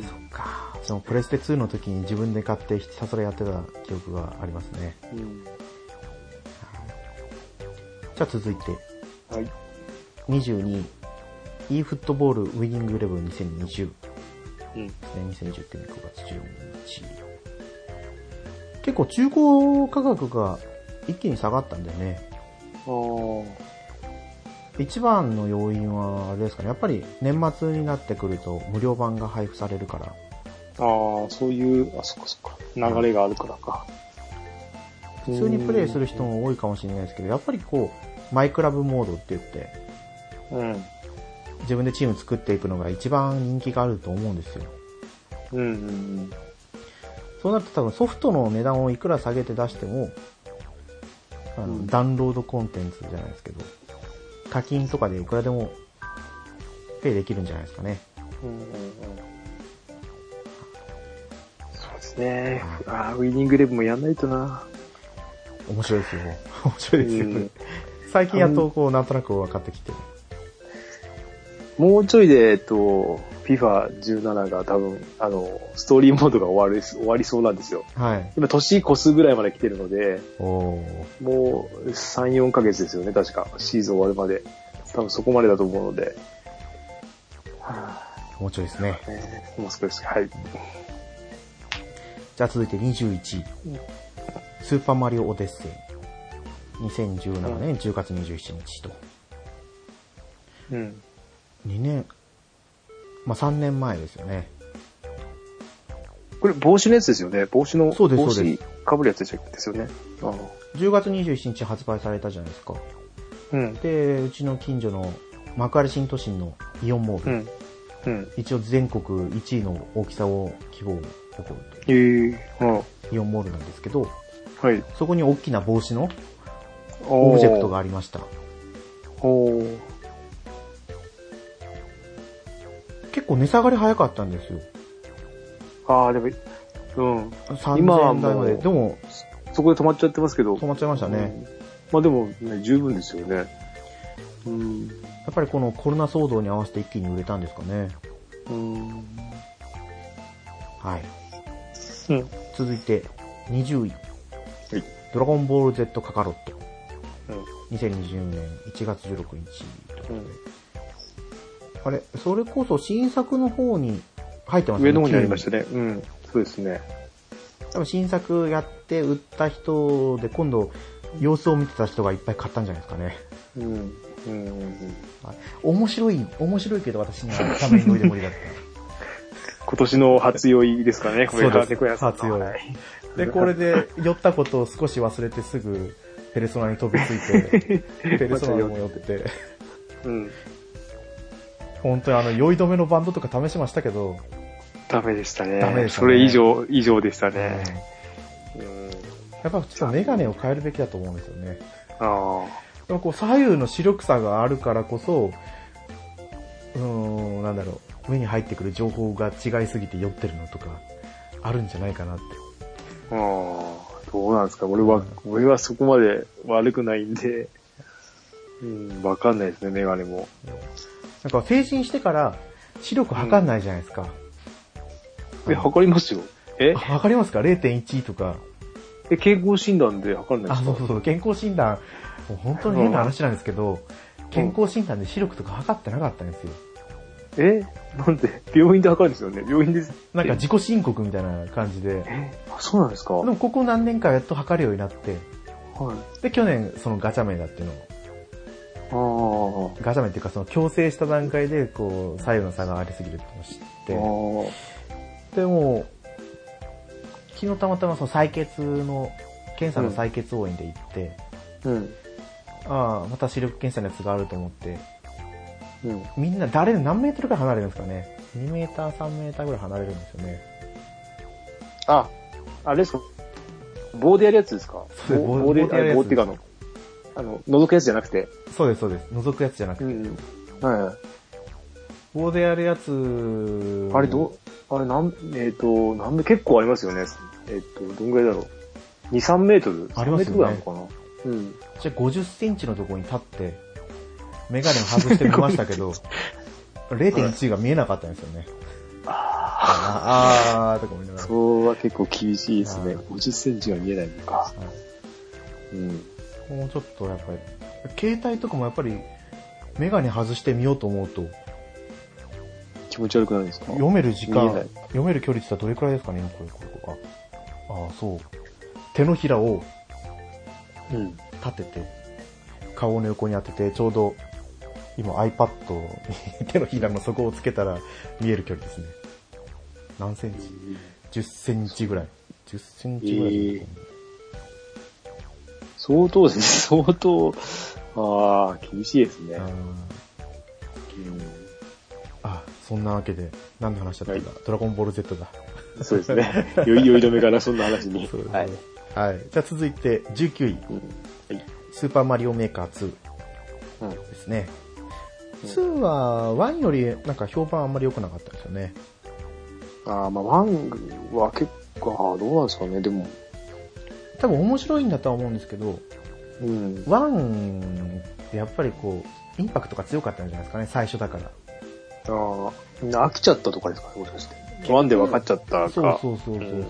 S2: ん
S1: か。そのプレステ2の時に自分で買ってひたすらやってた記憶がありますね。
S2: うん
S1: じゃあ続いて、
S2: はい。
S1: 22位、e フットボールウィニングイレブン2020。
S2: うん。
S1: ですね、2019年9月12日。結構中古価格が一気に下がったんだよね。
S2: あ
S1: 一番の要因は、あれですかね、やっぱり年末になってくると無料版が配布されるから、
S2: ああ、そういう、あ、そっかそっか。流れがあるからか。
S1: 普通にプレイする人も多いかもしれないですけど、やっぱりこう、マイクラブモードって言って、
S2: うん。
S1: 自分でチーム作っていくのが一番人気があると思うんですよ。
S2: うんうん
S1: そうなると多分ソフトの値段をいくら下げて出しても、あの
S2: うん
S1: ダウンロードコンテンツじゃないですけど、課金とかでいくらでもペイできるんじゃないですかね。
S2: うん。うんうんうん。そうですね。ああ、ウィニングイレブンもやんないとな。
S1: 面白いですよ。 面白いですよ、これ
S2: うん
S1: 最近やっとこう、なんとなく分かってきて。
S2: もうちょいで、えっと、FIFA17 が多分、あの、ストーリーモードが終わり、終わりそうなんですよ。
S1: はい。
S2: 今、年越すぐらいまで来てるので、
S1: おー
S2: もう3、4ヶ月ですよね、確か。シーズン終わるまで。多分そこまでだと思うので。は
S1: 面白いですね。
S2: あねもう少し、はい。
S1: じゃあ続いて21位。スーパーマリオオデッセイ。2017年10月27日と。
S2: うん。
S1: 2年、まあ3年前ですよね。
S2: これ、帽子のやつですよね。帽子の、
S1: そうです
S2: 帽
S1: そうで
S2: 子かぶるやつでしたっけですよね。ああ
S1: 10月27日発売されたじゃないですか。
S2: うん。
S1: で、うちの近所の幕張新都心のイオンモー
S2: う
S1: ル。
S2: ん。うん。
S1: 一応全国1位の大きさを希望を誇る
S2: ええうん。
S1: イオンモールなんですけど、
S2: はい。
S1: そこに大きな帽子の
S2: オ
S1: オブジェクトが。ありました。
S2: おー
S1: 結構値下がり早かったんですよ。
S2: ああ、でも、うん。今
S1: 3000
S2: は
S1: 円
S2: も
S1: 台
S2: う
S1: まで。でも、
S2: そこで止まっちゃってますけど。
S1: 止まっちゃいましたね。
S2: うんまあでも、ね、十分ですよね。うん。
S1: やっぱりこのコロナ騒動に合わせて一気に売れたんですかね。
S2: うん。
S1: はい。
S2: うん。
S1: 続いて、20位。ドラゴンボール Z カカロット。2020年1月16日ということで。
S2: うん
S1: あれ、それこそ新作の方に入ってますね。
S2: 上の方にありましたね。うん。そうですね。
S1: 9位多分新作やって売った人で、今度、様子を見てた人がいっぱい買ったんじゃないですかね。
S2: うん。うんうんうん。
S1: はい面白い、面白いけど私には画面酔いで無理だった。
S2: 今年の初酔いですかね、これが。猫屋さんの
S1: 初用
S2: はい
S1: で、これで酔ったことを少し忘れてすぐ、ペルソナに飛びついて、 ペルソナにも酔って。
S2: うん。
S1: 本当にあの、酔い止めのバンドとか試しましたけど、
S2: ダメでしたね。
S1: ダメでしたね
S2: それ以上、以上でした
S1: うんや
S2: ね。うん。
S1: っぱちょっとメガネを変えるべきだと思うんですよね。
S2: あ
S1: でもこう左右の視力差があるからこそ、うーん、なんだろう、目に入ってくる情報が違いすぎて酔ってるのとか、あるんじゃないかなって。
S2: あ。ああ。どうなんですか俺は、俺はそこまで悪くないんで。うん、わかんないですね、メガネも。
S1: なんか成人してから視力測んないじゃないですか。
S2: え、測りますよ。え
S1: あ測りますか ?0.1 とか。
S2: え、健康診断で測るんで
S1: あ、
S2: す
S1: そ
S2: か
S1: うそうそう、健康診断、もう本当に変な話なんですけど、健康診断で視力とか測ってなかったんですよ。
S2: えなんで病院で測るんですよね。病院です。
S1: なんか自己申告みたいな感じで。
S2: え、あそうなんですか
S1: でもここ何年かやっと測るようになって、
S2: はい。
S1: で、去年そのガチャ名だっていうのを、
S2: ああ。
S1: ガチャ名っていうかその強制した段階で、こう、左右の差がありすぎるっていうのを知
S2: あ
S1: って、でもう、昨日たまたまその採血の、検査の採血応援で行って、
S2: あ。うん。
S1: ああ、また視力検査のやつがあると思って、
S2: うん。
S1: みんな誰で何メートルから離れるんですかね ?2 メーター、3メーターぐらい離れるんですよね。
S2: あ、あれですか棒でやるやつですか
S1: そう
S2: 棒
S1: 棒
S2: 棒
S1: で
S2: で、
S1: やるやつ
S2: あ棒っていうかあの、あの、覗くやつじゃなくて。
S1: そうです、そうです。覗くやつじゃなくて。
S2: ん。は
S1: 棒でやるやつ、
S2: い。あれど、うあれなん、えっ、と、なんで結構ありますよね。えっ、と、どんぐらいだろう。2、3メートル
S1: ありますよね
S2: ?3 メートルぐらいあるのかなうん。
S1: じゃあ50センチのところに立って、メガネを外してみましたけ ど、0.1が見えなかったんですよね。あーあーとか思いながら。
S2: それは結構厳しいですね。
S1: は
S2: 50センチが見えないのか。うん。
S1: はいもうちょっとやっぱり、携帯とかもやっぱり、メガネ外してみようと思うと、
S2: 気持ち悪くなるんですか
S1: 読める時
S2: 見えな
S1: 間
S2: い、
S1: 読める距離って言ったらどれくらいですかね、今これ、これ、これ。あ、あーそう。手のひらを
S2: うん。
S1: 立てて、顔の横に当てて、ちょうど今 iPad を 手のひらの底をつけたら見える距離ですね。何センチ ?10 センチぐらい。10センチぐらいだと思う。
S2: 相当ですね、相当、ああ、厳しいですね。
S1: あーあ、そんなわけで、何の話だったんだ、ドラゴンボール Z だ。
S2: うんそうですね。 酔い酔い止めからそんな話に。
S1: そう
S3: はい。
S1: はい。じゃあ続いて19位、
S2: うんはい
S1: スーパーマリオメーカー2
S2: うん
S1: ですね。
S2: うん
S1: 2は1よりなんか評判あんまり良くなかったですよね。
S2: ああ、まあ、ワンは結構、ああ、どうなんですかね、でも。
S1: 多分面白いんだとは思うんですけど、
S2: うん。
S1: 1ってやっぱりこう、インパクトが強かったんじゃないですかね、最初だから。
S2: ああ、みんな飽きちゃったとかですかね、もしかして。ワンで分かっちゃったか。
S1: そうそうそうそうそう、
S2: うん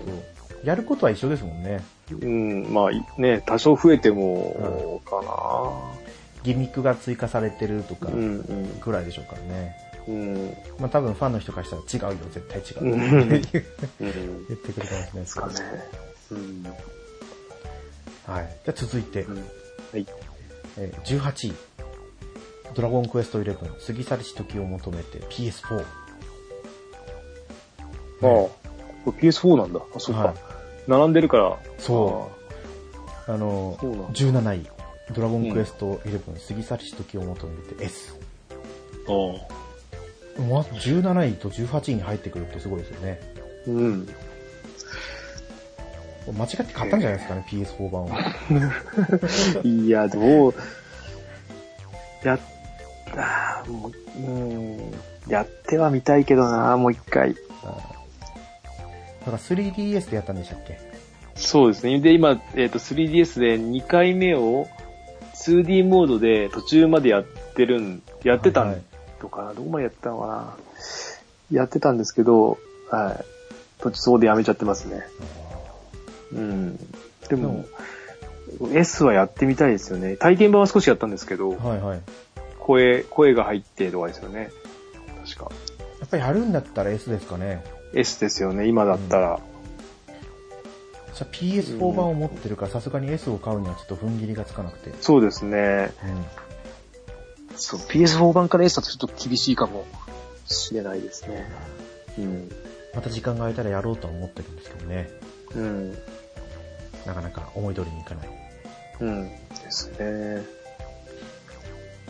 S1: やることは一緒ですもんね。
S2: うん、まあい、ね、多少増えても、か
S1: ギミックが追加されてるとか
S2: な。うん、うん、
S1: ぐらいでしょうからね。
S2: うん、
S1: まあ多分ファンの人からしたら違うよ、絶対違
S2: う
S1: う。
S2: ん
S1: って言う
S2: うん。で
S1: 言ってくるかもしれないですすけ
S2: か
S1: ど。
S2: ね。うん。
S1: はい。じゃあ続いて
S2: う、んはい。
S1: えー18位。ドラゴンクエスト11、過ぎ去りし時を求めて PS4。
S2: ああ、これ PS4 なんだ。あ、そっ
S1: は
S2: か
S1: い。
S2: 並んでるから。
S1: そあの、
S2: そうなんだ
S1: 17位。ドラゴンクエスト11、過ぎ去りし時を求めて S。
S2: う。ああ。
S1: まあ、17位と18位に入ってくるってすごいですよね。
S2: うん。
S1: 間違って買ったんじゃないですかね、PS4 版は。
S2: いや、どう、やっ、あーもう、うん、やってはみたいけどな、もう一回。
S1: だから 3DS でやったんでしたっけ
S2: そうですね。で、今、えっ、と、3DS で2回目を 2D モードで途中までやってるん、やってた
S1: はい
S2: ん
S1: はい
S2: とかな、どこまでやってたのかな。やってたんですけど、はい。途中そこでやめちゃってますね。うん。でも、S はやってみたいですよね。体験版は少しやったんですけど、
S1: はいはい。
S2: 声、声が入ってとかですよね。確か。
S1: やっぱりやるんだったら S ですかね。
S2: S ですよね、今だったら。
S1: じゃあ PS4 版を持ってるから、さすがに S を買うにはちょっと踏ん切りがつかなくて。
S2: そうですね。
S1: うん。
S2: そう、PS4 版から S だとちょっと厳しいかもしれないですね。うん。
S1: また時間が空いたらやろうとは思ってるんですけどね。
S2: うん。
S1: なかなか思い通りにいかない。
S2: うん。ですね。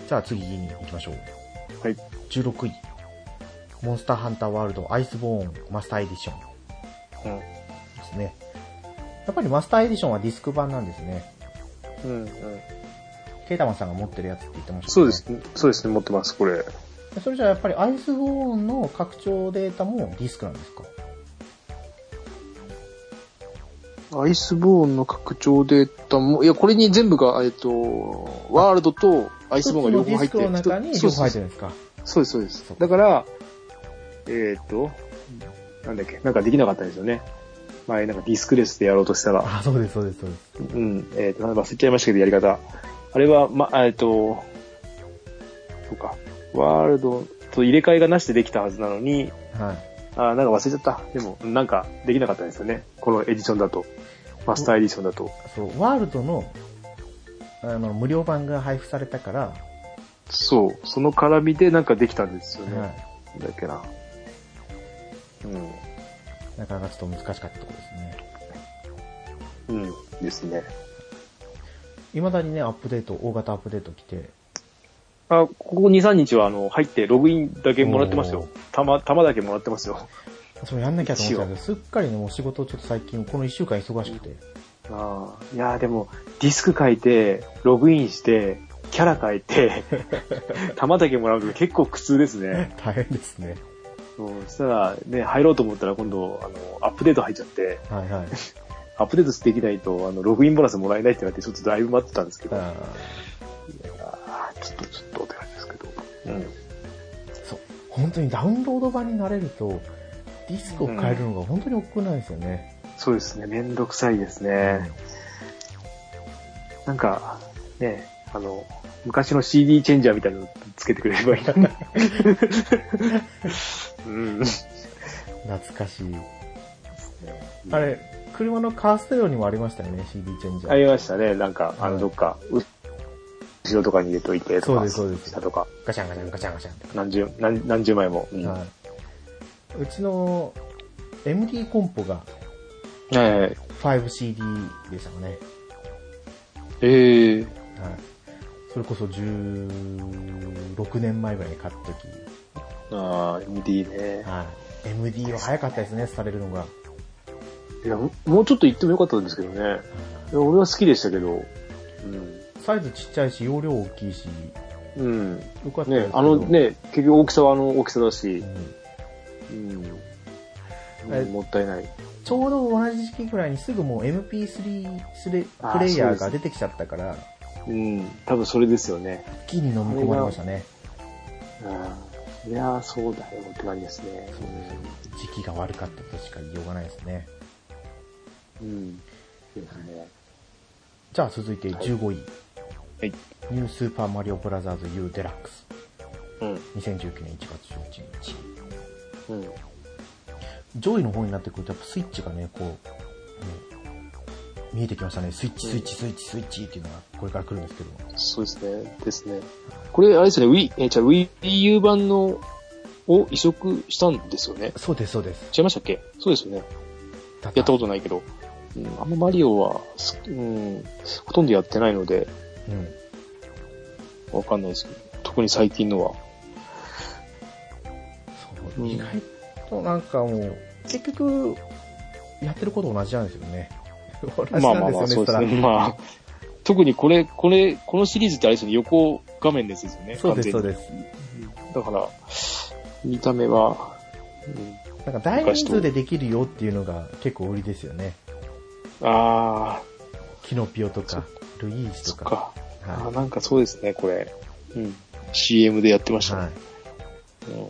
S1: じゃあ次に行きましょう。
S2: はい。
S1: 16位。モンスターハンターワールドアイスボーンマスターエディションですね。やっぱりマスターエディションはディスク版なんですね。
S2: うん。うん、うん。
S1: ケイタマンさんが持ってるやつって言ってましたね
S2: そうですね。そうですね、持ってます、これ。
S1: それじゃあやっぱりアイスボーンの拡張データもディスクなんですか
S2: アイスボーンの拡張データも、いや、これに全部が、えっと、ワールドとアイスボーンが両方入っ
S1: 一
S2: て
S1: つのディスクの中に
S2: そ
S1: 両
S2: う
S1: 方
S2: そ
S1: 入
S2: う
S1: って
S2: そう
S1: るんですか
S2: そうです、そうです
S1: そう。
S2: だから、えっと、なんだっけ、なんかできなかったですよね。前、なんかディスクレスでやろうとしたら。
S1: あ、そうです、そうです、そうです。
S2: うん、えっ、と、なんか忘れちゃいましたけど、やり方。あれは、ま、えっ、と、そうか、ワールドと入れ替えがなしでできたはずなのに、
S1: はい。
S2: あーなんか忘れちゃった。でも、なんかできなかったんですよね。このエディションだと。マスターエディションだと。
S1: そう、ワールドの、あの、無料版が配布されたから、
S2: そう、その絡みでなんかできたんですよね。
S1: は
S2: だっけな。うん。
S1: い。なかなかちょっと難しかったところですね。
S2: うん。ですね。
S1: 未だにね、アップデート、大型アップデート来て、
S2: あ、ここ2、3日は、あの、入ってログインだけもらってますよ。たま、たまだけもらってますよ。
S1: それやんなきゃと思ってたんですけど、すっかりね、もう仕事ちょっと最近、この1週間忙しくて、
S2: ああ、いやーでも、ディスク書いて、ログインして、キャラ書い て、玉だけもらうと結構苦痛です ね。
S1: 大変ですね。
S2: そうそしたら、ね、入ろうと思ったら今度、あの、アップデート入っちゃって、
S1: はいはい。
S2: アップデートできないと、あの、ログインボーナスもらえないって言われて、ちょっとだいぶ待ってたんですけど、あ
S1: あ
S2: ーちょっと、ちょっとって感じですけど。
S1: ーそう。本当にダウンロード版になれると、ディスクを変えるのが本当に億劫なんですよね。
S2: そうですね、めんどくさいですね。なんか、ね、あの、昔の CD チェンジャーみたいなのつけてくれればい いな。うん。
S1: 懐かしい。あれ、車のカーステレオにもありましたよね、CD チェンジャー。
S2: ありましたね、なんか、あ
S1: は
S2: の、
S1: い
S2: どっか、う後ろとかに入れといてと
S1: そう
S2: か、
S1: ですそうです
S2: 下とか、
S1: ガチャンガチャンガチャンガチャンって。
S2: 何十、何何十枚も。うん
S1: はい。うちの MD コンポが
S2: え
S1: 5CD でしたかね。
S2: ええ
S1: は
S2: え
S1: い。それこそ16年前ぐらいに買った時。
S2: ああ、MD ね。
S1: はい。MD は早かったですね、されるのが。
S2: いや、もうちょっと言ってもよかったんですけどね。いや俺は好きでしたけど。
S1: サイズちっちゃいし、容量大きいし、
S2: うん。うん。
S1: よかったですけ、
S2: ね
S1: ど
S2: あの、ね、結局大きさはあの大きさだし
S1: う、ん
S2: うん。
S1: え
S2: もったいない。
S1: ちょうど同じ時期ぐらいにすぐもう MP3 スレ
S2: あー
S1: プレイヤー
S2: そう
S1: が
S2: で
S1: 出てきちゃったから、
S2: うん。多分それですよね。
S1: 一気に飲み込まれましたね。
S2: うん。いやー、そうだよって感じですね。
S1: 時期が悪かったとしか言いようがないですね。
S2: うん。ですね。
S1: じゃあ続いて15位。
S2: はい。
S1: ニュースーパーマリオブラザーズ U デラックス。
S2: うん。
S1: 2019年1月11日。
S2: うん。
S1: 上位の方になってくるとやっぱスイッチがね、こう、ね見えてきましたね。スイッチ、スイッチ、スイッチ、スイッチっていうのがこれから来るんですけど。
S2: そうですね。ですね。これ、あれですよね、Wii、え、じゃあ Wii U 版の、を移植したんですよね。
S1: そうです、そうです。
S2: 違いましたっけそうですよね。
S1: やっ
S2: やったことないけど。うん、あんまマリオは、すうん、ほとんどやってないので、
S1: うん。
S2: わかんないですけど、特に最近のは。
S1: そうう、
S2: ん
S1: 意外となんかもう、結局、やってること同じなんですよね。同じなんですよね、
S2: まあまあまあ、そうです
S1: そした
S2: ね。まあ、特にこれ、これ、このシリーズってあれですよね、横画面ですよね。
S1: らそうです、そう
S2: 完
S1: です。
S2: 全にだから、見た目は、うん
S1: なんか大人数でできるよっていうのが結構売りですよね。
S2: ああ、
S1: キノピオとか、ルイージ
S2: そ
S1: と
S2: っ
S1: か。
S2: か。あー
S1: は
S2: なんかそうですね、これ。うん。CM でやってまし
S1: い。
S2: たね。
S1: はい
S2: うん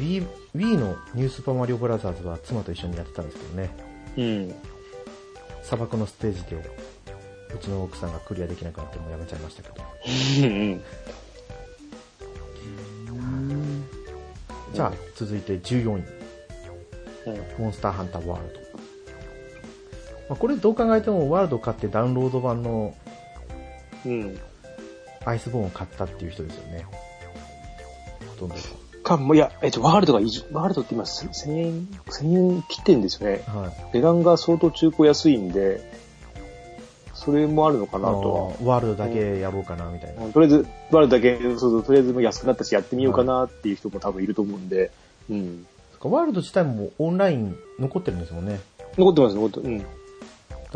S1: Wii Wii のニュースーパーマリオブラザーズは妻と一緒にやってたんですけどね。
S2: うん。
S1: 砂漠のステージで、うちの奥さんがクリアできなくなってもうやめちゃいましたけど。
S2: うん。
S1: じゃあ、続いて14位。モンスターハンターワールド。まあ、これどう考えてもワールド買ってダウンロード版の
S2: うん。
S1: アイスボーンを買ったっていう人ですよね。ほとんど。
S2: か、もういや、えっと、ワールドがいじ、ワールドって今、せ1000円、1000円切ってんですよね。
S1: はい。
S2: 値段が相当中古安いんで、それもあるのか
S1: あ
S2: なとは
S1: の。ワールドだけやろうかな、みたいな。
S2: うんとりあえず、バルだけ、そうそう、とりあえずもう安くなったし、やってみようかなっていう人も多分いると思うんで、うん。
S1: そっかワールド自体もオンライン残ってるんですもんね。
S2: 残ってます、残って、うん。
S1: だ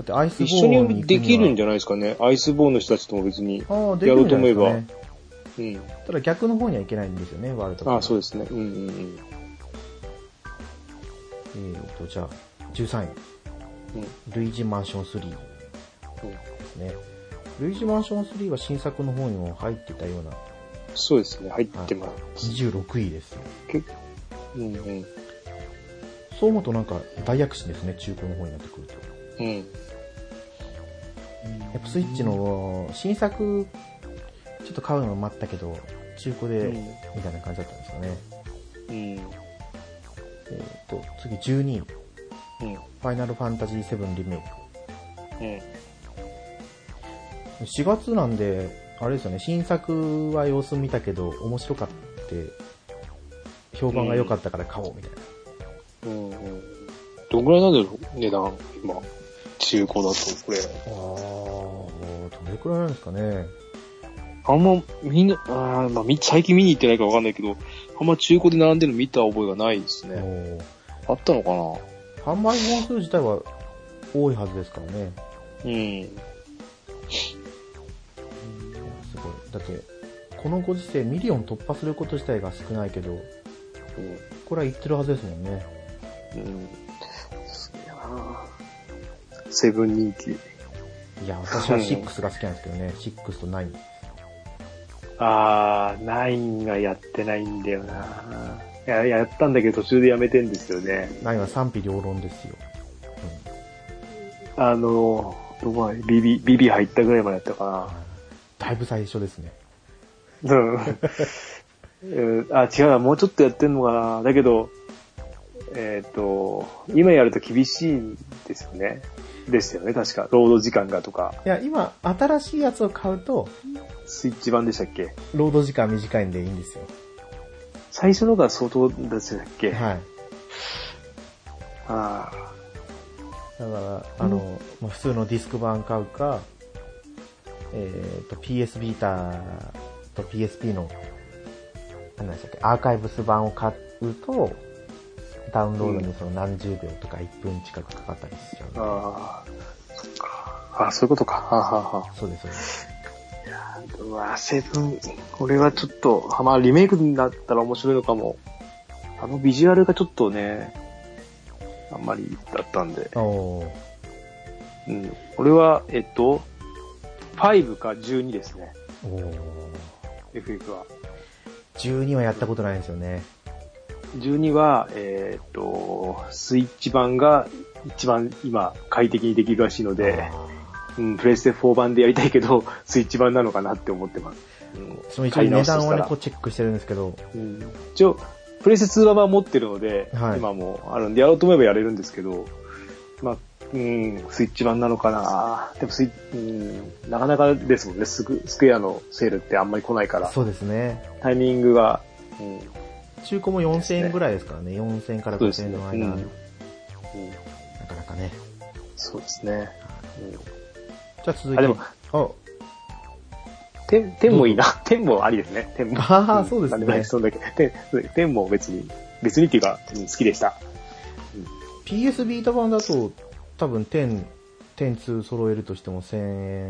S1: ってアイスボーン
S2: 一緒
S1: 行く
S2: にできるん
S1: じ
S2: じゃないですかね。アイスボーンの人たちとも別に。
S1: ゃああ、できるんじゃないですか
S2: やろう
S1: ね。
S2: うん。
S1: ただ逆の方にはいけないんですよね、ワールド
S2: ああ、そう
S1: う
S2: ですね。うんうんうん。
S1: えーと、じゃあ、13位。
S2: うん
S1: ルイージマンション3ですね。ルイージマンション3は新作の方にも入ってたような
S2: そうですね。入ってます。
S1: 26位ですよ。
S2: 結うんうん。
S1: そう思うとなんか大躍進ですね、中古の方になってくると。
S2: うん。
S1: やっぱスイッチの新作、ちょっと買うの待ったけど、中古で、
S2: うん
S1: みたいな感じだったんですかね。
S2: うん。
S1: えっ、と、次12位。フ
S2: うん。
S1: ァイナルファンタジー7リメイ
S2: うん。
S1: ク。4月なんで、あれですよね、新作は様子見たけど、面白かって、評判が良かったから買おうみたいな。
S2: うんうん。どんぐらいなんだろう値段、今。中古だと、これ。
S1: あー、どれくらいなんですかね。
S2: あんま、みんな、あーまあ、み最近見に行ってないからわかんないけど、あんま中古で並んでるの見た覚えがないです
S1: お
S2: ね。
S1: ー
S2: あったのか
S1: 販売本数自体は多いはずですからね。
S2: なうん。
S1: いやすごい。だって、このご時世ミリオン突破すること自体が少ないけど、これは言ってるはずですもんね。
S2: うん。すげえなセブン人気。
S1: いや、私は6が好きなんですけどね、6と9。
S2: あー、ナインがやってないんだよなや、やったんだけど途中でやめてんですよね。
S1: 9は賛否両論ですよ。
S2: あの、どこまでビビ、ビビ入ったぐらいまでやったか
S1: だいぶ最初ですね。
S2: な。うん。 うんあ、違うな、もうちょっとやってんのかな。だけど、えっ、と、今やると厳しいんですよね。でしたよね、確か。ロード時間がとか、
S1: いや、今、新しいやつを買うと、
S2: スイッチ版でしたっけ
S1: ロード時間短いんでいいんですよ。
S2: 最初のが相当でしたっけ、
S1: はい。
S2: ああ。
S1: だから、あの、まあ普通のディスク版買うか、えっ、と、PS ビーターと PSP の、何でしたっけ、アーカイブス版を買うと、ダウンロードにその何十秒とか1分近くかかったりしちゃう。
S2: ああ、そっか。あそういうことか。はあはあは
S1: そうです、そうです。
S2: あうわ、セブン、これはちょっと、まあ、リメイクになったら面白いのかも。あのビジュアルがちょっとね、あんまりだったんで。
S1: おー
S2: うん。俺は、えっと、5か12ですね。
S1: おー
S2: FF は。
S1: 12はやったことないんですよね。
S2: 12は、えーっと、スイッチ版が一番今快適にできるらしいので、うん、プレステ4版でやりたいけど、 スイッチ版なのかなって思ってます。うん
S1: その一応
S2: 買い
S1: 値
S2: 直すと
S1: 段
S2: し
S1: を
S2: た
S1: ね、
S2: ら
S1: こうチェックしてるんですけど、
S2: うん一応、プレステ2は持ってるので、
S1: はい
S2: 今もあるんで、やろうと思えばやれるんですけど、まあ、うん、スイッチ版なのかなでもスイ、うん、なかなかですもんね、スクスクエアのセールってあんまり来ないから、
S1: そうですね。
S2: タイミングが、うん、
S1: 中古も4000円ぐらいですからね、4000円から
S2: そうで
S1: 5000
S2: す
S1: 円
S2: ね。
S1: の
S2: うん
S1: 間、な
S2: うん
S1: かなかね。
S2: そうですね。うん
S1: じゃあ続いて。
S2: あでも
S1: あ、
S2: 天、天もいいな。天もありですね。天も。
S1: あーそうですね
S2: なんもないそんだけ。 天、天も別に、別にっていうか、うん好きでした。
S1: PS ビータ版だと、多分10、102揃えるとしても1000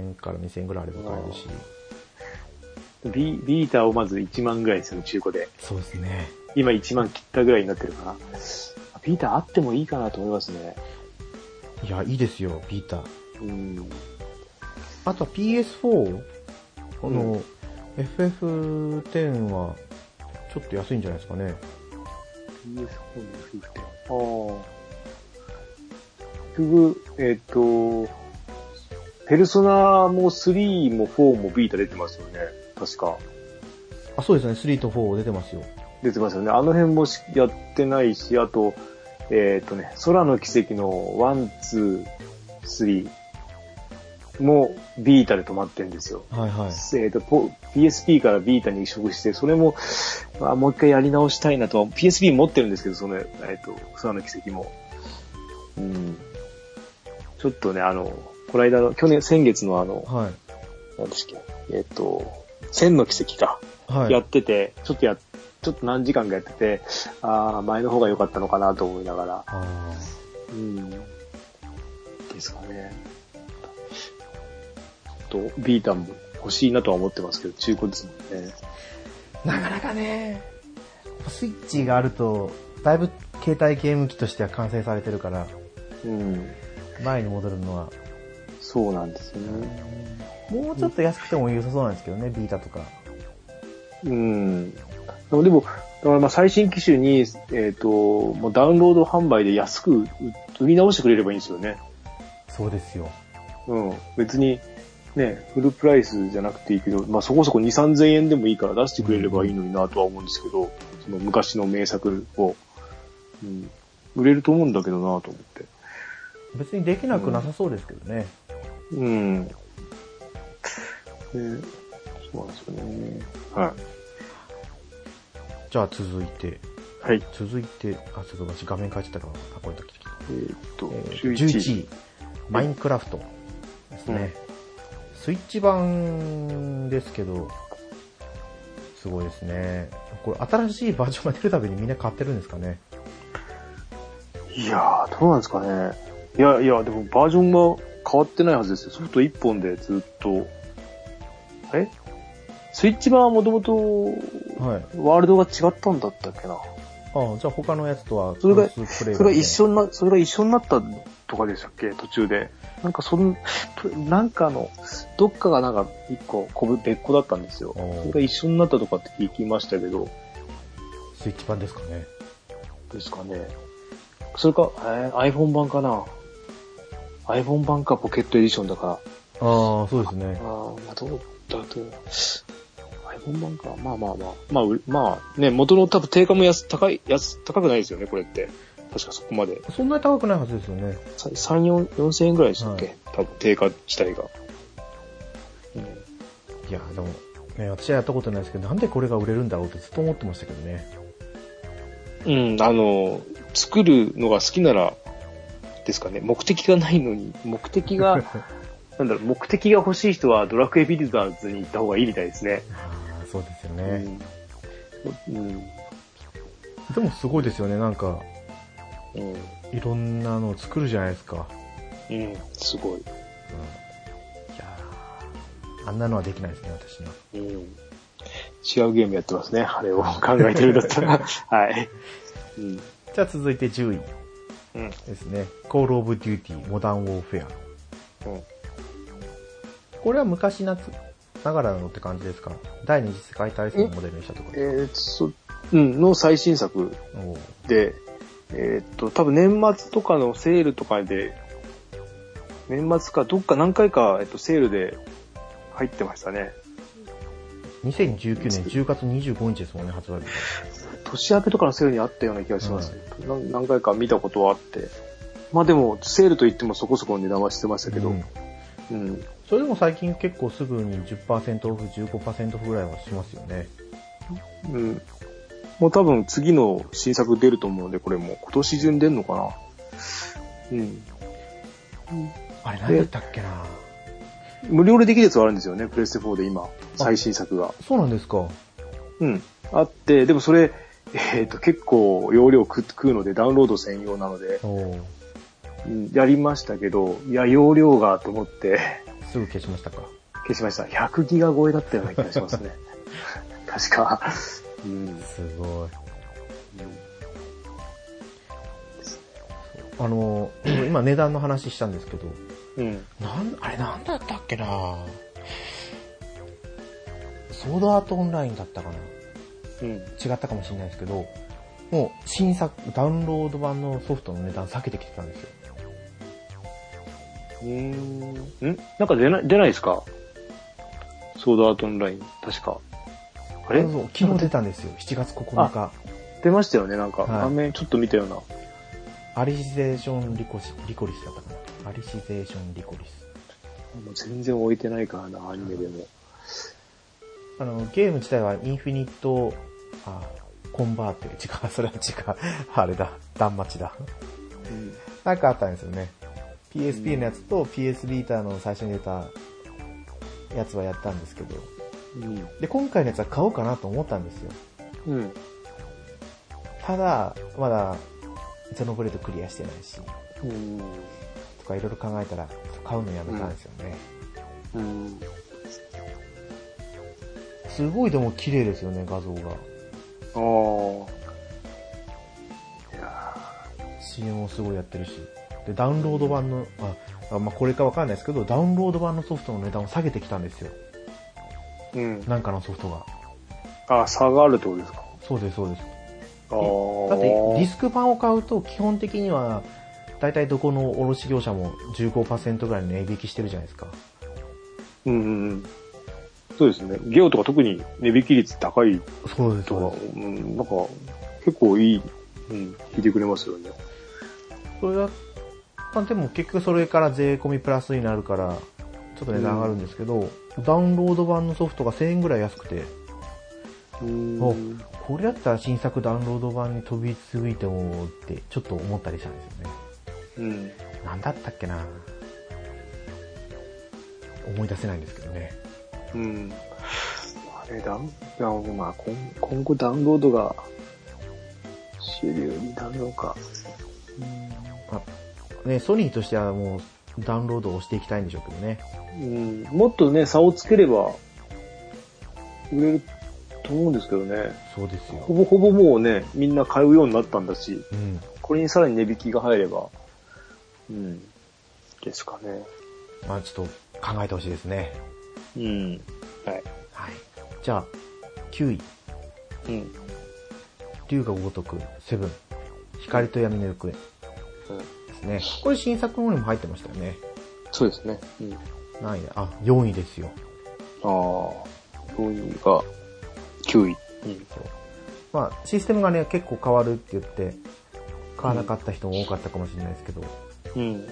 S1: 円から2000円ぐらいあれば買えるし。
S2: ビビーターをまず1万ぐらいですよね、中古で。
S1: そうですね。
S2: 今1万切ったぐらいになってるかな。ビーターあってもいいかなと思いますね。
S1: いや、いいですよ、ビータ。
S2: うん。
S1: あとは PS4? こ
S2: う
S1: の、FF10 は、ちょっと安いんじゃないですかね。
S2: PS4 の FF って。ああ。結局、えっ、と、ペルソナも3も4もビータ出てますよね。確か。
S1: あ、そうですね、3と4出てますよ。
S2: 出てますよね。あの辺もしやってないし、あと、えっ、とね、空の奇跡のワン、ツー、スリーもビータで止まってるんですよ。
S1: はいはい。
S2: えっ、と、ポ PSP からビータに移植して、それも、まあ、もう一回やり直したいなとは、PSP 持ってるんですけど、その、えっ、と、空の奇跡も。うん。ちょっとね、あの、この間の、去年、先月のあの、
S1: はい。
S2: 何でしたっけ、えっ、と、千の奇跡か。
S1: はい。
S2: やってて、ちょっとや、ちょっと何時間かやってて、ああ、前の方が良かったのかなと思いながら。
S1: あー
S2: うん。ですかね。ちょっと、ビータも欲しいなとは思ってますけど、中古ですもんね。
S1: なかなかね、スイッチがあると、だいぶ携帯ゲーム機としては完成されてるから、
S2: うん。
S1: 前に戻るのは、
S2: そうなんですよね。
S1: もうちょっと安くても良さそうなんですけどね、ビータとか。
S2: うん。でも、でもだからまあ最新機種に、えっ、と、もうダウンロード販売で安く売売り直してくれればいいんですよね。
S1: そうですよ。
S2: うん、別に、ね、フルプライスじゃなくていいけど、まあそこそこ2、3000円でもいいから出してくれればいいのになとは思うんですけど、その昔の名作を、うん、売れると思うんだけどなと思って。
S1: 別にできなくなさそうですけどね。
S2: うん。でそうなんですよね。は
S1: じゃあ続いて、
S2: い。はい。
S1: 続いて、あ、ちょっと私画面変えちゃったから、あ、これだけ来て
S2: えーっと、
S1: えー
S2: 11
S1: 11位。マインクラフトですね。スイッチ版ですけど、すごいですね。これ新しいバージョンが出るたびにみんな買ってるんですかね。
S2: いやー、どうなんですかね。いやいや、でもバージョンは変わってないはずですよ。ソフト1本でずっと。えスイッチ版はもともと
S1: はい。
S2: ワールドが違ったんだったっけな。
S1: ああ、じゃあ他のやつとは、
S2: それが
S1: クロスプレイ
S2: それが一
S1: ね
S2: 緒にな、それが一緒になったとかでしたっけ途中で。なんかそん、となんかの、どっかがなんか一個、こぶ、別個だったんですよ。
S1: おー
S2: それが一緒になったとかって聞きましたけど、
S1: スイッチ版ですかね。
S2: ですかね。それか、えー iPhone 版かな ?iPhone 版かポケットエディションだから。
S1: ああ、そうですね。
S2: ああ、まあ、どうだと、iPhone 版か。まあまあまあ。まあ、うまあね、元の多分定価も安、高い、安、高くないですよね、これって。確かそこまで。
S1: そんなに高くないはずですよね。
S2: さ3、4、4000円ぐらいでしたっけ、
S1: はい
S2: 多分定価自体が。うん
S1: いや、でも、ね、私はやったことないですけど、なんでこれが売れるんだろうってずっと思ってましたけどね。
S2: うん、あの、作るのが好きなら、ですかね。目的がないのに、目 的が、 なんだろう、目的が欲しい人はドラクエビルダーズに行った方がいいみたいですね。
S1: あーそうですよね。
S2: うん。うん。
S1: でもすごいですよね、なんか、
S2: うん。
S1: いろんなのを作るじゃないですか。
S2: うん、すごい。
S1: いやーあんなのはできないですね、私には。
S2: うん。違うゲームやってますね。あ れを考えてるんだった ら。はい。うん。
S1: じゃあ続いて10位
S2: うん。
S1: ですね。Call of Duty Modern Warfare。
S2: うん。
S1: これは昔なつながらのって感じですか第二次世界大戦をモデルにしたとこ
S2: え
S1: ろ。
S2: ー、そ、うん、の最新作
S1: おー
S2: で、えーっと、多分年末とかのセールとかで、年末かどっか何回か、えっと、セールで入ってましたね。
S1: 2019年10月25日ですもんね、発売日。
S2: 年明けとかのセールにあったような気がします、な何回か見たことはあって。まあでも、セールといってもそこそこの値段はしてましたけど、
S1: う
S2: うんん。
S1: それでも最近結構すぐに10%オフ、15%オフぐらいはしますよね。
S2: うん。もう多分次の新作出ると思うので、これも今年中に出るのかな。うん。
S1: あれ、何だったっけな
S2: 無料でできるやつはあるんですよね、プレステ4で今、最新作が。
S1: そうなんですか。
S2: うん。あって、でもそれ、えっ、と、結構容量食食うので、ダウンロード専用なので、
S1: おー
S2: うんやりましたけど、いや、容量がと思って
S1: すぐ消しましたか。
S2: 消しました。100ギガ超えだったような気がします ね。確か。うん。
S1: すごい。あ の、今値段の話したんですけど、
S2: うん。
S1: なん、あれなんだったっけなソードアートオンラインだったかな
S2: うん。
S1: 違ったかもしれないですけど、もう新作、ダウンロード版のソフトの値段下げてきてたんですよ。
S2: うん。んなんか出ない、出ないですかソードアートオンライン。確か。あれ
S1: そう昨日出たんですよ。7月9日。
S2: 出ましたよね、なんか。
S1: はい
S2: 画面ちょっと見たような。
S1: アリシゼーションリコシ、リコリスだったかな。アリシゼーションリコリス。
S2: もう全然置いてないからな、アニメでも。
S1: あの、ゲーム自体はインフィニット、あ、コンバーテ、違う、それは違う。あれだ、断末だ。
S2: うん。
S1: なんかあったんですよね。PSP のやつと PS ビーターの最初に出たやつはやったんですけど。
S2: うん。
S1: で、今回のやつは買おうかなと思ったんですよ。
S2: うん。
S1: ただ、まだ、ゼノブレードクリアしてないし、
S2: うん。
S1: とかいろいろ考えたら、買うのやめたんですよね。
S2: うん。
S1: すごいでも綺麗ですよね、画像が。
S2: ああ。
S1: CM をすごいやってるし。で、ダウンロード版の、あ、あまあ、これかわかんないですけど、ダウンロード版のソフトの値段を下げてきたんですよ。
S2: うん。
S1: なんかのソフトが。
S2: あ、差があるってことですか。
S1: そうです、そうです。
S2: ああ。
S1: だって、ディスク版を買うと、基本的には、大体どこの卸業者も15%ぐらいの値引きしてるじゃないですか。
S2: うんうんうん。そうですね。ゲオとか特に値引き率高い
S1: そうです、
S2: と
S1: そう
S2: は、
S1: です。
S2: うん、なんか、結構いい、うん、聞いてくれますよね。
S1: それが、まあでも結局それから税込みプラスになるから、ちょっと値段上がるんですけど、ダウンロード版のソフトが1000円ぐらい安くて、
S2: う
S1: お
S2: ん。
S1: これだったら新作ダウンロード版に飛びついてもってちょっと思ったりしたんですよね。
S2: うん。
S1: なんだったっけな思い出せないんですけどね。
S2: うん。あれ、ダウン、ダウン、まあ、今今後ダウンロードが主流になるのか。
S1: あね、ソニーとしてはもうダウンロードを押していきたいんでしょうけどね。
S2: うん。もっとね、差をつければ、売れると思うんですけどね。
S1: そうです
S2: ほ
S1: よ。
S2: ぼほぼもうね、みんな買うようになったんだし、
S1: うん。
S2: これにさらに値引きが入れば、うん、ですかね。
S1: まあちょっと考えてほしいですね。
S2: うん。はい。
S1: はい。じゃあ、9位。
S2: うん。
S1: 竜が如く、セブン、光と闇の行方ですね。これ新作の方にも入ってましたよね。
S2: そうですね。うん。あ
S1: 何位だあ、4位ですよ。
S2: あ、4位が9位。うん。
S1: まあ、システムがね、結構変わるって言って、買わなかった人も多かったかもしれないですけど、
S2: うん。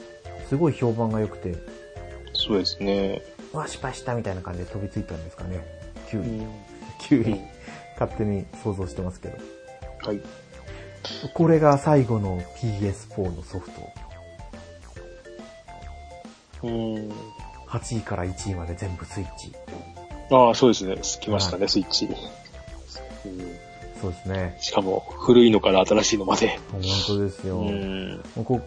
S1: すごい評判が良くて、
S2: そうですね。
S1: うわ、失敗したみたいな感じで飛びついたんですかね。キュ
S2: う
S1: ウリ。
S2: ん。
S1: キュウ
S2: う
S1: リ
S2: ん。
S1: 勝手に想像してますけど。
S2: はい。
S1: これが最後の PS4 のソフト。
S2: うん。
S1: 8位から1位まで全部スイッチ。
S2: ああ、そうですね。来ました
S1: は
S2: ね、スイッチ。うん
S1: そうですね。
S2: しかも、古いのから新しいのまで。
S1: もう本当ですよ。
S2: う
S1: も
S2: ん。
S1: う こ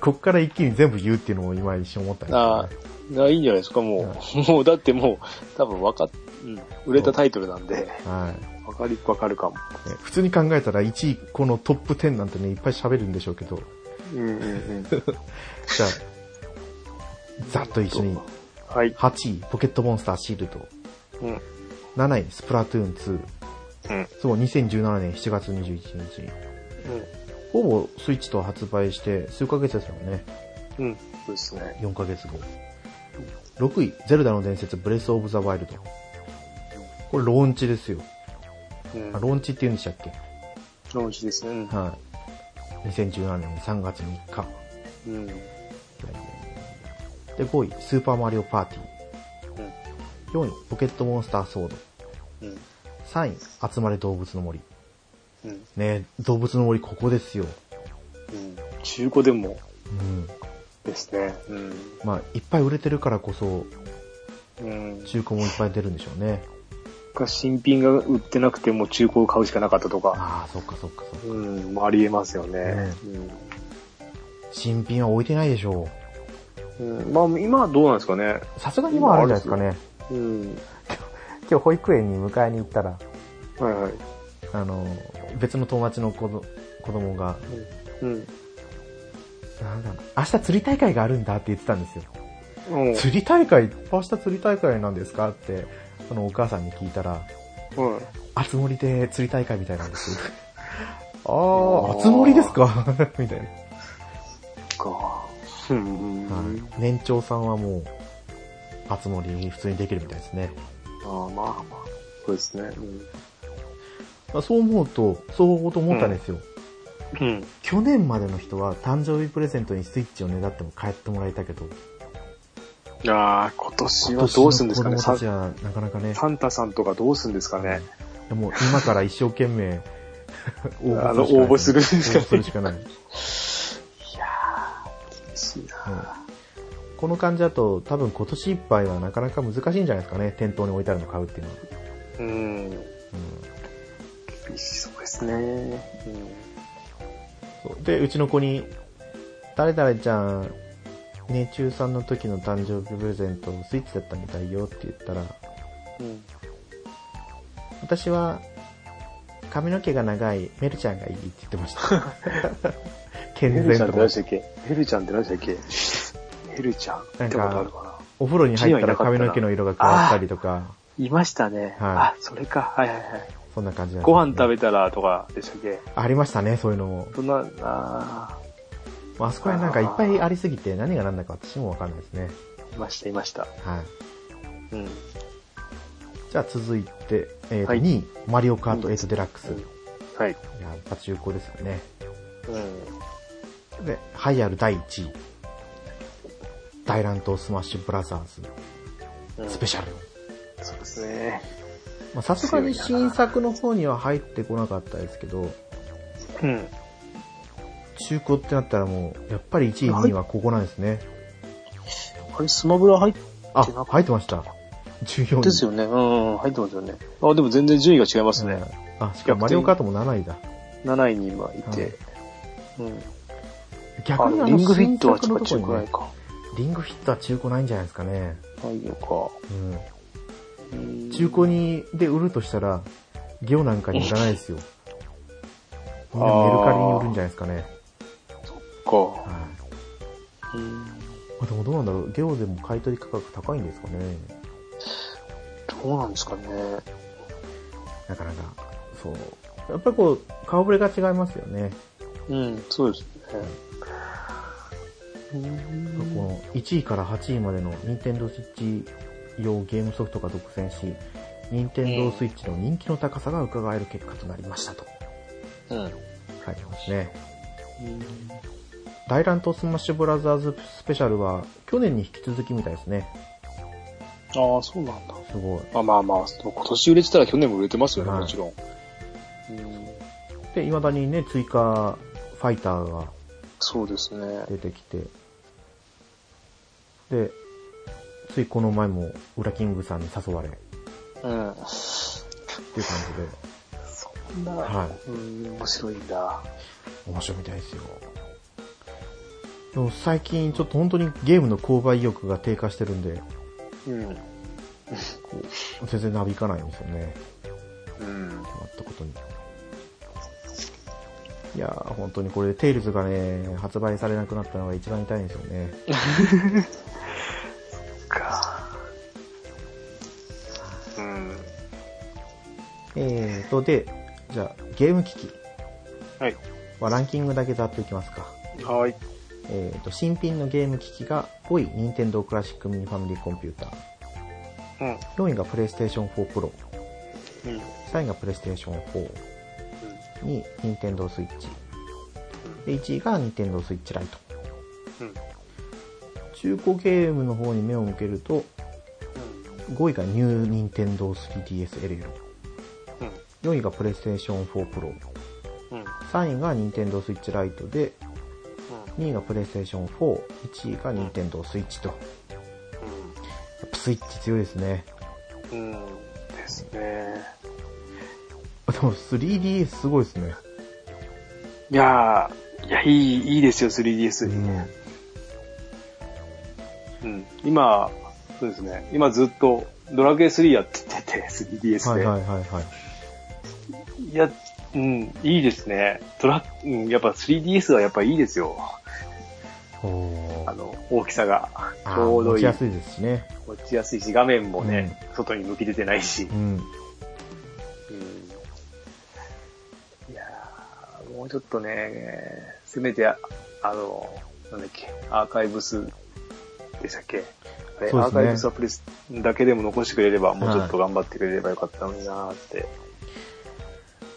S1: こっから一気に全部言うっていうのを今一瞬思ったんです
S2: あ
S1: よ
S2: あ
S1: ね。、
S2: いやいいんじゃないですか、もう。もう、だってもう、多分わかっ、うん、売れたタイトルなんで、
S1: はい。
S2: わかり、わかるかも。
S1: ね普通に考えたら1位、このトップ10なんてね、いっぱい喋るんでしょうけど、
S2: うんうんうん。
S1: じゃあ、 ざっと一緒に、
S2: はい。
S1: 8位、ポケットモンスターシールド、
S2: うん。
S1: 7位、スプラトゥーン2、
S2: うん。
S1: そう、2017年7月21日、ほぼスイッチと発売して数ヶ月ですよね、
S2: うん。うん。そうですね。
S1: 4ヶ月後。6位、ゼルダの伝説、ブレスオブザワイルド。これ、ローンチですよ。
S2: うん。
S1: あローンチって言うんでしたっけ
S2: ローンチですね。
S1: はい。2017年3月3日。
S2: うん。うん。
S1: で、5位、スーパーマリオパーティー。4位、ポケットモンスターソード。
S2: うん。
S1: 3位、集まれ動物の森。
S2: うん。
S1: ね動物の森ここですよ。
S2: うん。中古でも
S1: うん。
S2: ですね。うん。
S1: まあ、いっぱい売れてるからこそ、
S2: うん。
S1: 中古もいっぱい出るんでしょうね。
S2: か新品が売ってなくても中古を買うしかなかったとか、
S1: ああ、そっかそっかそっか。
S2: うん、もありえますよね。
S1: 新品は置いてないでしょ
S2: うん。うん、まあ、今はどうなんですかね。
S1: う。さすがにもうあるんじゃないですかね。
S2: うん。
S1: 今日保育園に迎えに行ったら、
S2: はいはい。
S1: あの、別の友達の子ど子供が、
S2: うん。
S1: なんだろう明日釣り大会があるんだって言ってたんですよ。
S2: うん。
S1: 釣り大会、明日釣り大会なんですかって、そのお母さんに聞いたら、
S2: うん。
S1: あつ森で釣り大会みたいなんです。 あ
S2: ー
S1: ー、あつ森です かみたい
S2: か。うん。
S1: な、はい。年長さんはもう、あつ森に普通にできるみたいですね。
S2: ああ、まあまあ。そうですね。うん。
S1: まあそう思うと、そう思うと思ったんですよ。
S2: うん。
S1: 去年までの人は誕生日プレゼントにスイッチをねだっても買ってもらいたけど、
S2: ああ、今年はどうするんですか
S1: 今年の
S2: ね。
S1: 子供
S2: サ
S1: たちはなかなかね、
S2: サンタさんとかどうするんですかね。
S1: もう今から一生懸 命応
S2: あの
S1: 募するしかない
S2: 応募するんですかね
S1: 応募しかない。
S2: いやー、厳しいな。
S1: この感じだと多分今年いっぱいはなかなか難しいんじゃないですかね。店頭に置いてあるの買うっていうのは。
S2: うん。
S1: うん
S2: 厳しそうですね。うん。
S1: そうで、うちの子に、誰々ちゃん、ね、中3の時の誕生日プレゼントスイッチだったみたいよって言ったら、
S2: うん。
S1: 私は髪の毛が長いメルちゃんがいいって言ってました。
S2: ヘ
S1: 健
S2: ルちゃ
S1: 全
S2: んっ
S1: とか
S2: て何で。したっけヘルちゃんって何でしたっけヘルちゃんってことあるかな
S1: お風呂に入ったら髪の毛の色が変わったりとか、
S2: いましたね。
S1: は
S2: あ、それか。はいはいはい。
S1: そんな感じなんです
S2: ご
S1: ね
S2: 飯食べたらとかでしたっけ
S1: ありましたね、そういうのも。
S2: そんな、あ
S1: まああそこはなんかいっぱいありすぎて何が何だか私もわかんないですね。
S2: ーいました、いました。
S1: はい。
S2: うん。
S1: じゃあ続いて、えーと
S2: はい
S1: 2位、マリオカート8デラックス。
S2: はい。
S1: やっぱ中古ですよね。
S2: うん。
S1: で、栄えある第1位。大乱闘スマッシュブラザーズ
S2: うん
S1: スペシャル。
S2: そうですね。
S1: まあさすがに新作の方には入ってこなかったですけど、
S2: うん。
S1: 中古ってなったらもう、やっぱり1位、2位はここなんですね。
S2: あれ、スマブラ入っ
S1: あ、
S2: 違う
S1: 入ってました。14位。
S2: ですよね。うん、うん入ってますよね。あ、でも全然順位が違いますね。
S1: あ、しかもマリオカートも7位だ。
S2: 7位に今いて。うん。あ
S1: 逆にあ
S2: の、
S1: の
S2: リングフィットは
S1: 新
S2: ち
S1: 作の
S2: ょっ
S1: とこ
S2: と中
S1: に
S2: くらい
S1: ね、
S2: か。
S1: リングフィットは中古ないんじゃないですかね。
S2: ないのか。
S1: うん。
S2: うん
S1: 中古に、で売るとしたら、ゲオなんかに売らないですよ。みんなメルカリに売るんじゃないですかね。
S2: か。
S1: はい。
S2: うん
S1: あでもどうなんだろう。ゲオでも買い取り価格高いんですかね。
S2: どうなんですかね。
S1: なかなか。そう。やっぱりこう、顔ぶれが違いますよね。
S2: うん、そうですね。
S1: この1位から8位までの Nintendo Switch 用ゲームソフトが独占し、Nintendo Switch の人気の高さが伺える結果となりましたと。
S2: うん。
S1: はい。ね。大乱闘スマッシュブラザーズスペシャルは、去年に引き続きみたいですね。
S2: ああ、そうなんだ。
S1: すごい。
S2: あまあまあ、今年売れてたら去年も売れてますよね、
S1: はい
S2: もちろん。うん
S1: で、未だにね、追加ファイターが
S2: そうですね。
S1: 出てきて、で、ついこの前も、ウラキングさんに誘われ、って
S2: うん。
S1: いう感じで、
S2: そんな、
S1: は
S2: うん、面白いんだ。
S1: 面白いみたいですよ。でも最近ちょっと本当にゲームの購買意欲が低下してるんで、
S2: うん。
S1: こう全然なびかないんですよね。
S2: うん。
S1: 変わったことに。いやー、本当にこれ、テイルズがね、発売されなくなったのが一番痛いんですよね。
S2: か。うん。
S1: えーと、で、じゃあ、ゲーム機器
S2: はい。
S1: はランキングだけざっといきますか。
S2: はい。
S1: えーと、新品のゲーム機器が5位、ニンテンドークラシックミニファミリーコンピューター。
S2: うん。
S1: 4位がプレイステーション4 Pro。
S2: うん。
S1: 3位がプレイステーション4。2位、ニンテンドースイッチ。で、1位がニンテンドースイッチライト。
S2: うん。うん。
S1: 中古ゲームの方に目を向けると、5位がニューニンテンドー 3DSLL。4位がプレイステーション4 Pro。
S2: うん。うん。
S1: 3位がニンテンドースイッチライトで、2位がプレイステーション4。1位がニンテンドースイッチと。やっぱスイッチ強いですね。
S2: うん。うん。ですね。
S1: でも 3DS すごいですね。
S2: いやー、いや、いい、いいですよ、3DS。
S1: うん。
S2: うん、今、そうですね。今ずっとドラクエ3やってて、3DS
S1: は
S2: で。
S1: い
S2: い
S1: はいはいはい。
S2: や、うん、いいですね。ドラ、うん、やっぱ 3DS はやっぱいいですよ。
S1: おー。
S2: あの、大きさが
S1: あ
S2: ちょう
S1: ー
S2: ど
S1: 持
S2: い
S1: ち
S2: い。
S1: や
S2: 持ち
S1: すいですしね。
S2: やすいし、画面もね、外に向き出てないし
S1: う。ん。
S2: うん、いやーもうちょっとね、せめてあ、あの、なんだっけ、アーカイブスでしたっけあれ、
S1: そうですね
S2: アーカイブスはプレスだけでも残してくれれば、もうちょっと頑張ってくれればよかったのになーって。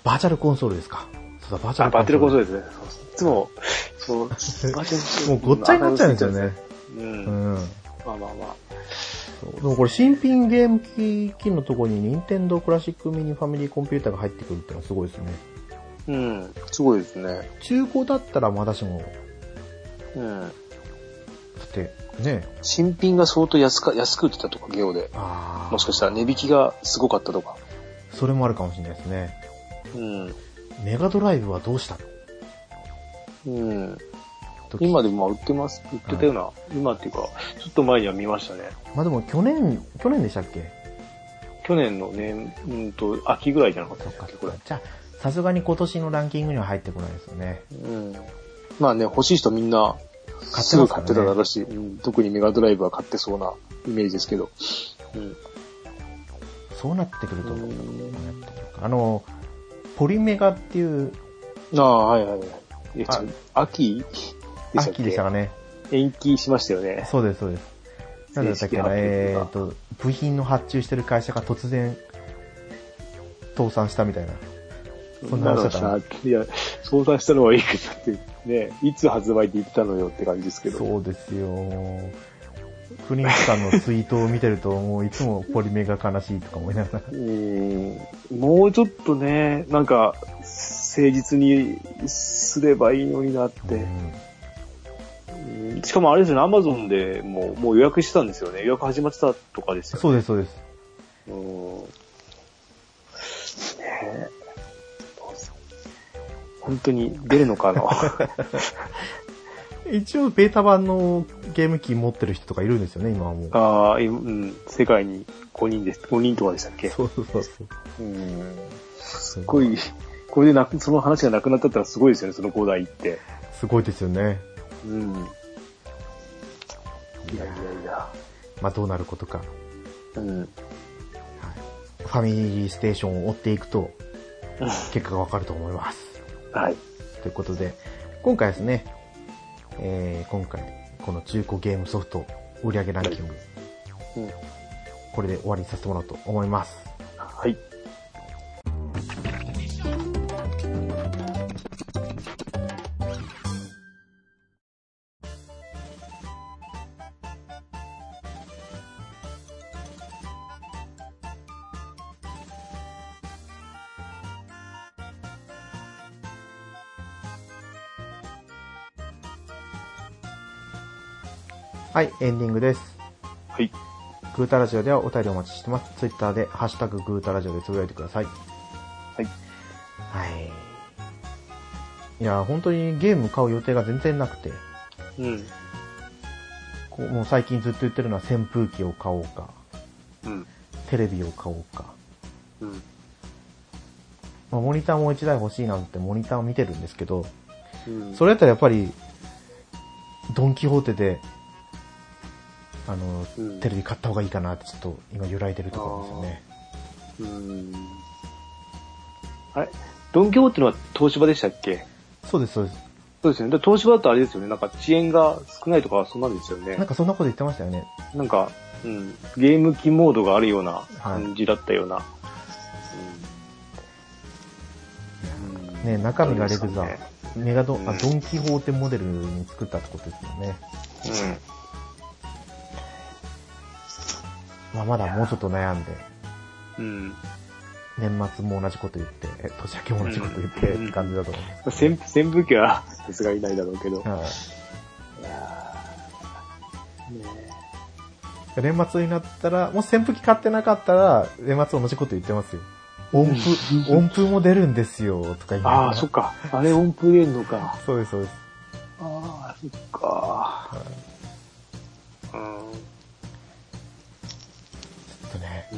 S1: バーチャルコンソールですか。そうだ、バーチャ
S2: あ、
S1: ル
S2: バッテリー構
S1: ー
S2: 造
S1: ル。
S2: ですね。そうそういつも、 そう、バッテリー構造
S1: もうごっちゃになっちゃうんですよね。。
S2: うん。
S1: う
S2: ま
S1: ん。
S2: あまあまあ。
S1: そうでもこれ新品ゲーム機器のとこに任天堂クラシックミニファミリーコンピューターが入ってくるってのはすごいですね。
S2: うん。すごいですね。
S1: 中古だったらまだしも、
S2: うん。
S1: だって、ね。
S2: 新品が相当安か、安く売ってたとか、ゲオで。
S1: あ
S2: もしか
S1: し
S2: したら値引きがすごかったとか。
S1: それもあるかもしれないですね。
S2: うん。
S1: メガドライブはどうしたの
S2: うん。
S1: と
S2: 今でもまあ売ってます、売ってたような、今っていうか、ちょっと前には見ましたね。
S1: まあでも去年、去年でしたっけ
S2: 去年の年、うんと、秋ぐらいじゃなかった
S1: そ
S2: で
S1: っ
S2: す
S1: か
S2: か、
S1: そ
S2: こ
S1: っ
S2: れ
S1: か。。じゃあ、さすがに今年のランキングには入ってこないですよね。
S2: うん。まあね、欲しい人みんな、
S1: からね
S2: すぐ買ってただろうし、うん特にメガドライブは買ってそうなイメージですけど。うん。
S1: そうなってくると、
S2: う
S1: どう
S2: ーん
S1: なってくるかあの、ポリメガっていう
S2: ああ、はいはいはい。え
S1: あ
S2: ちょ秋でしたっけ
S1: 秋でしたかね。
S2: 延期しましたよね。
S1: そうです、そうです。なんだったっけな、えー
S2: ー、
S1: と、部品の発注してる会社が突然、倒産したみたいな。そんな話だったな
S2: なのさ いや、相談したのはいいけどって、ね、いつ発売って言ってたのよって感じですけど。
S1: そうですよ。クリンクさんのツイートを見てると、もういつもポリメガ悲しいとか思いながら。
S2: うーんもうちょっとね、なんか、誠実にすればいいのにな
S1: う
S2: って。
S1: ん
S2: うんしかもあれですよね、アマゾンでもうもう予約してたんですよね。予約始まってたとかですよ、ね。
S1: そうです、そうです。
S2: うーん。ねえどうす本当に出るのかな
S1: 一応、ベータ版のゲーム機持ってる人とかいるんですよね、今はもう。
S2: ああ、今うん、世界に5人です。5人とかでしたっけ
S1: そうそうそうそう。
S2: うん。す
S1: す
S2: ごい。、これでなく、その話がなくなったったらすごいですよね、その5台って。
S1: すごいですよね。
S2: うん。いやいやいや。
S1: まあ、どうなることか。
S2: うん。
S1: はい、ファミリーステーションを追っていく と、結果がわかると思います。
S2: はい。
S1: ということで、今回ですね、えー、今回、この中古ゲームソフト売上ランキング、
S2: うん
S1: これで終わりにさせてもらおうと思います。
S2: はい。
S1: はい、エンディングです。
S2: はい。
S1: グータラジオではお便りお待ちしてます。ツイッターで、ハッシュタググータラジオでつぶやいてください。
S2: は
S1: はい。
S2: い。
S1: いや、本当にゲーム買う予定が全然なくて、
S2: うん。
S1: こうもう最近ずっと言ってるのは扇風機を買おうか、
S2: うん。
S1: テレビを買おうか、
S2: うん。
S1: まあ、モニターも1台欲しいなんてモニターを見てるんですけど、
S2: うん。
S1: それやったらやっぱり、ドンキホーテで、あの、
S2: うん
S1: テレビ買った方がいいかなってちょっと今揺らいでるところですよね。
S2: うん。あれドンキホーテのは東芝でしたっけ
S1: そうです、そうです。
S2: そうですよね。だから東芝だとあれですよね。なんか遅延が少ないとか、そんなんですよね
S1: なん。かそんなこと言ってましたよね。
S2: なんか、うん。ゲーム機モードがあるような
S1: はい
S2: 感じだったような。うん
S1: ね中身がレグ
S2: そ
S1: ザ
S2: うです
S1: メガドン、あ、
S2: うん
S1: ドンキホーテモデルに作ったってことですよね。
S2: よね
S1: まあまだもうちょっと悩んで、
S2: うん。うん。年
S1: 年末も同じこと言って、え年明けも同じこと言って、
S2: うん
S1: って感じだと思うんです
S2: 扇扇風機は、 さすがいないだろうけど。
S1: けど。はい
S2: いやーね
S1: 年末になったら、もし扇風機買ってなかったら、年末同じこと言ってますよ。音符、音符も出るんですよ、とか言いながら
S2: ああ、そっか。あれ音符入れんのか。
S1: そうです、そうです。
S2: ああ、そっか。うん。
S1: ちょっとね、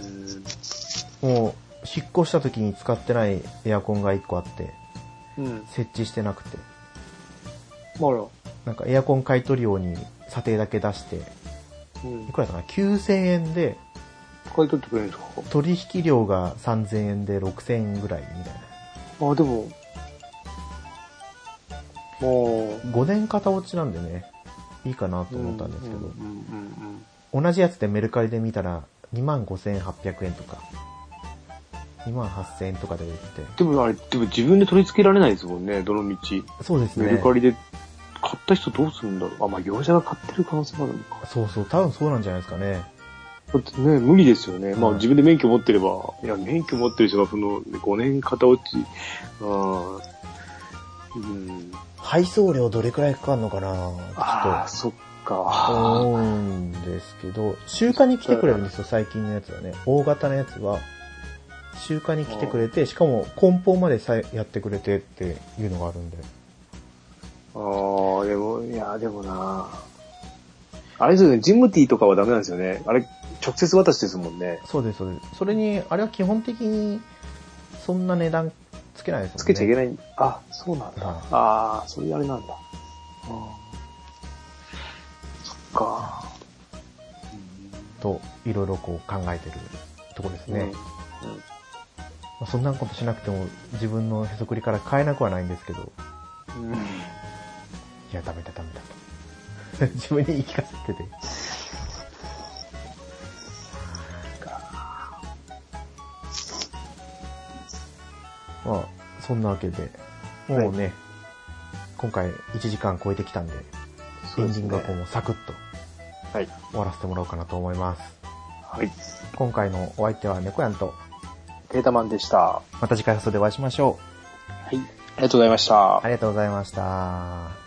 S2: うん
S1: もう、引っ越した時に使ってないエアコンが1個あって、
S2: うん。
S1: 設置してなくて、
S2: まあら。
S1: なんかエアコン買い取るように査定だけ出して、
S2: うん
S1: い。くらだったかな ?9000 円で、
S2: 買い取ってくれるんですか
S1: 取引料が3000円で6000円ぐらいみたい
S2: あ、でも、も
S1: な。5年片落ちなんでね、いいかな
S2: う、
S1: と思ったんですけど、
S2: うんうんうん
S1: 同じやつでメルカリで見たら、25,800円とか、28,000円とかで売って
S2: でもあれ、でも自分で取り付けられないですもんね、どの道。
S1: そうですね。
S2: メルカリで買った人どうするんだろう。あ、まあ業者が買ってる可能性もあるのか。
S1: そうそう、多分そうなんじゃないですかね。
S2: だってね、無理ですよね。ま
S1: う
S2: あ
S1: ん
S2: 自分で免許持ってれば、いや、免許持ってる人がその5年片落ち、あーうん、
S1: 配送料どれくらいかかるのか
S2: あ
S1: な
S2: あ、
S1: ち
S2: そっ
S1: ょっと
S2: か。
S1: 思うんですけど、集荷に来てくれるんですよ、最近のやつはね。大型のやつは。集荷に来てくれて、しかも梱包までさえやってくれてっていうのがあるんで。
S2: ああ、でも、いや、でもな。あれですよね、ジムティーとかはダメなんですよね。あれ、直接渡しですもんね。
S1: そうです、そうです。それに、あれは基本的に、そんな値段つけないですもんね。
S2: つけちゃいけ
S1: い。
S2: ない。あ、そうなんだ。
S1: はい
S2: ああ、そういうあれなんだ。あーそっか。
S1: と、いろいろこう考えてるとこですね。
S2: うん
S1: まあ、そんなことしなくても、自分のへそくりから買えなくはないんですけど、
S2: うんうん
S1: いや、ダメだ、ダメだと。 自分に言い聞かせてて。まあ、そんなわけで、もうね、今回1時間超えてきたんで、エ
S2: そう
S1: ンデ
S2: です
S1: ィン
S2: ね
S1: グはこうもうサクッと
S2: はい。
S1: 終わらせてもらおうかなと思います。
S2: はい。
S1: 今回のお相手は猫やんと、
S2: ケータマンでした。
S1: また次回放送でお会いしましょ
S2: はい。ありがとうございました
S1: う。あ。りがとうございました。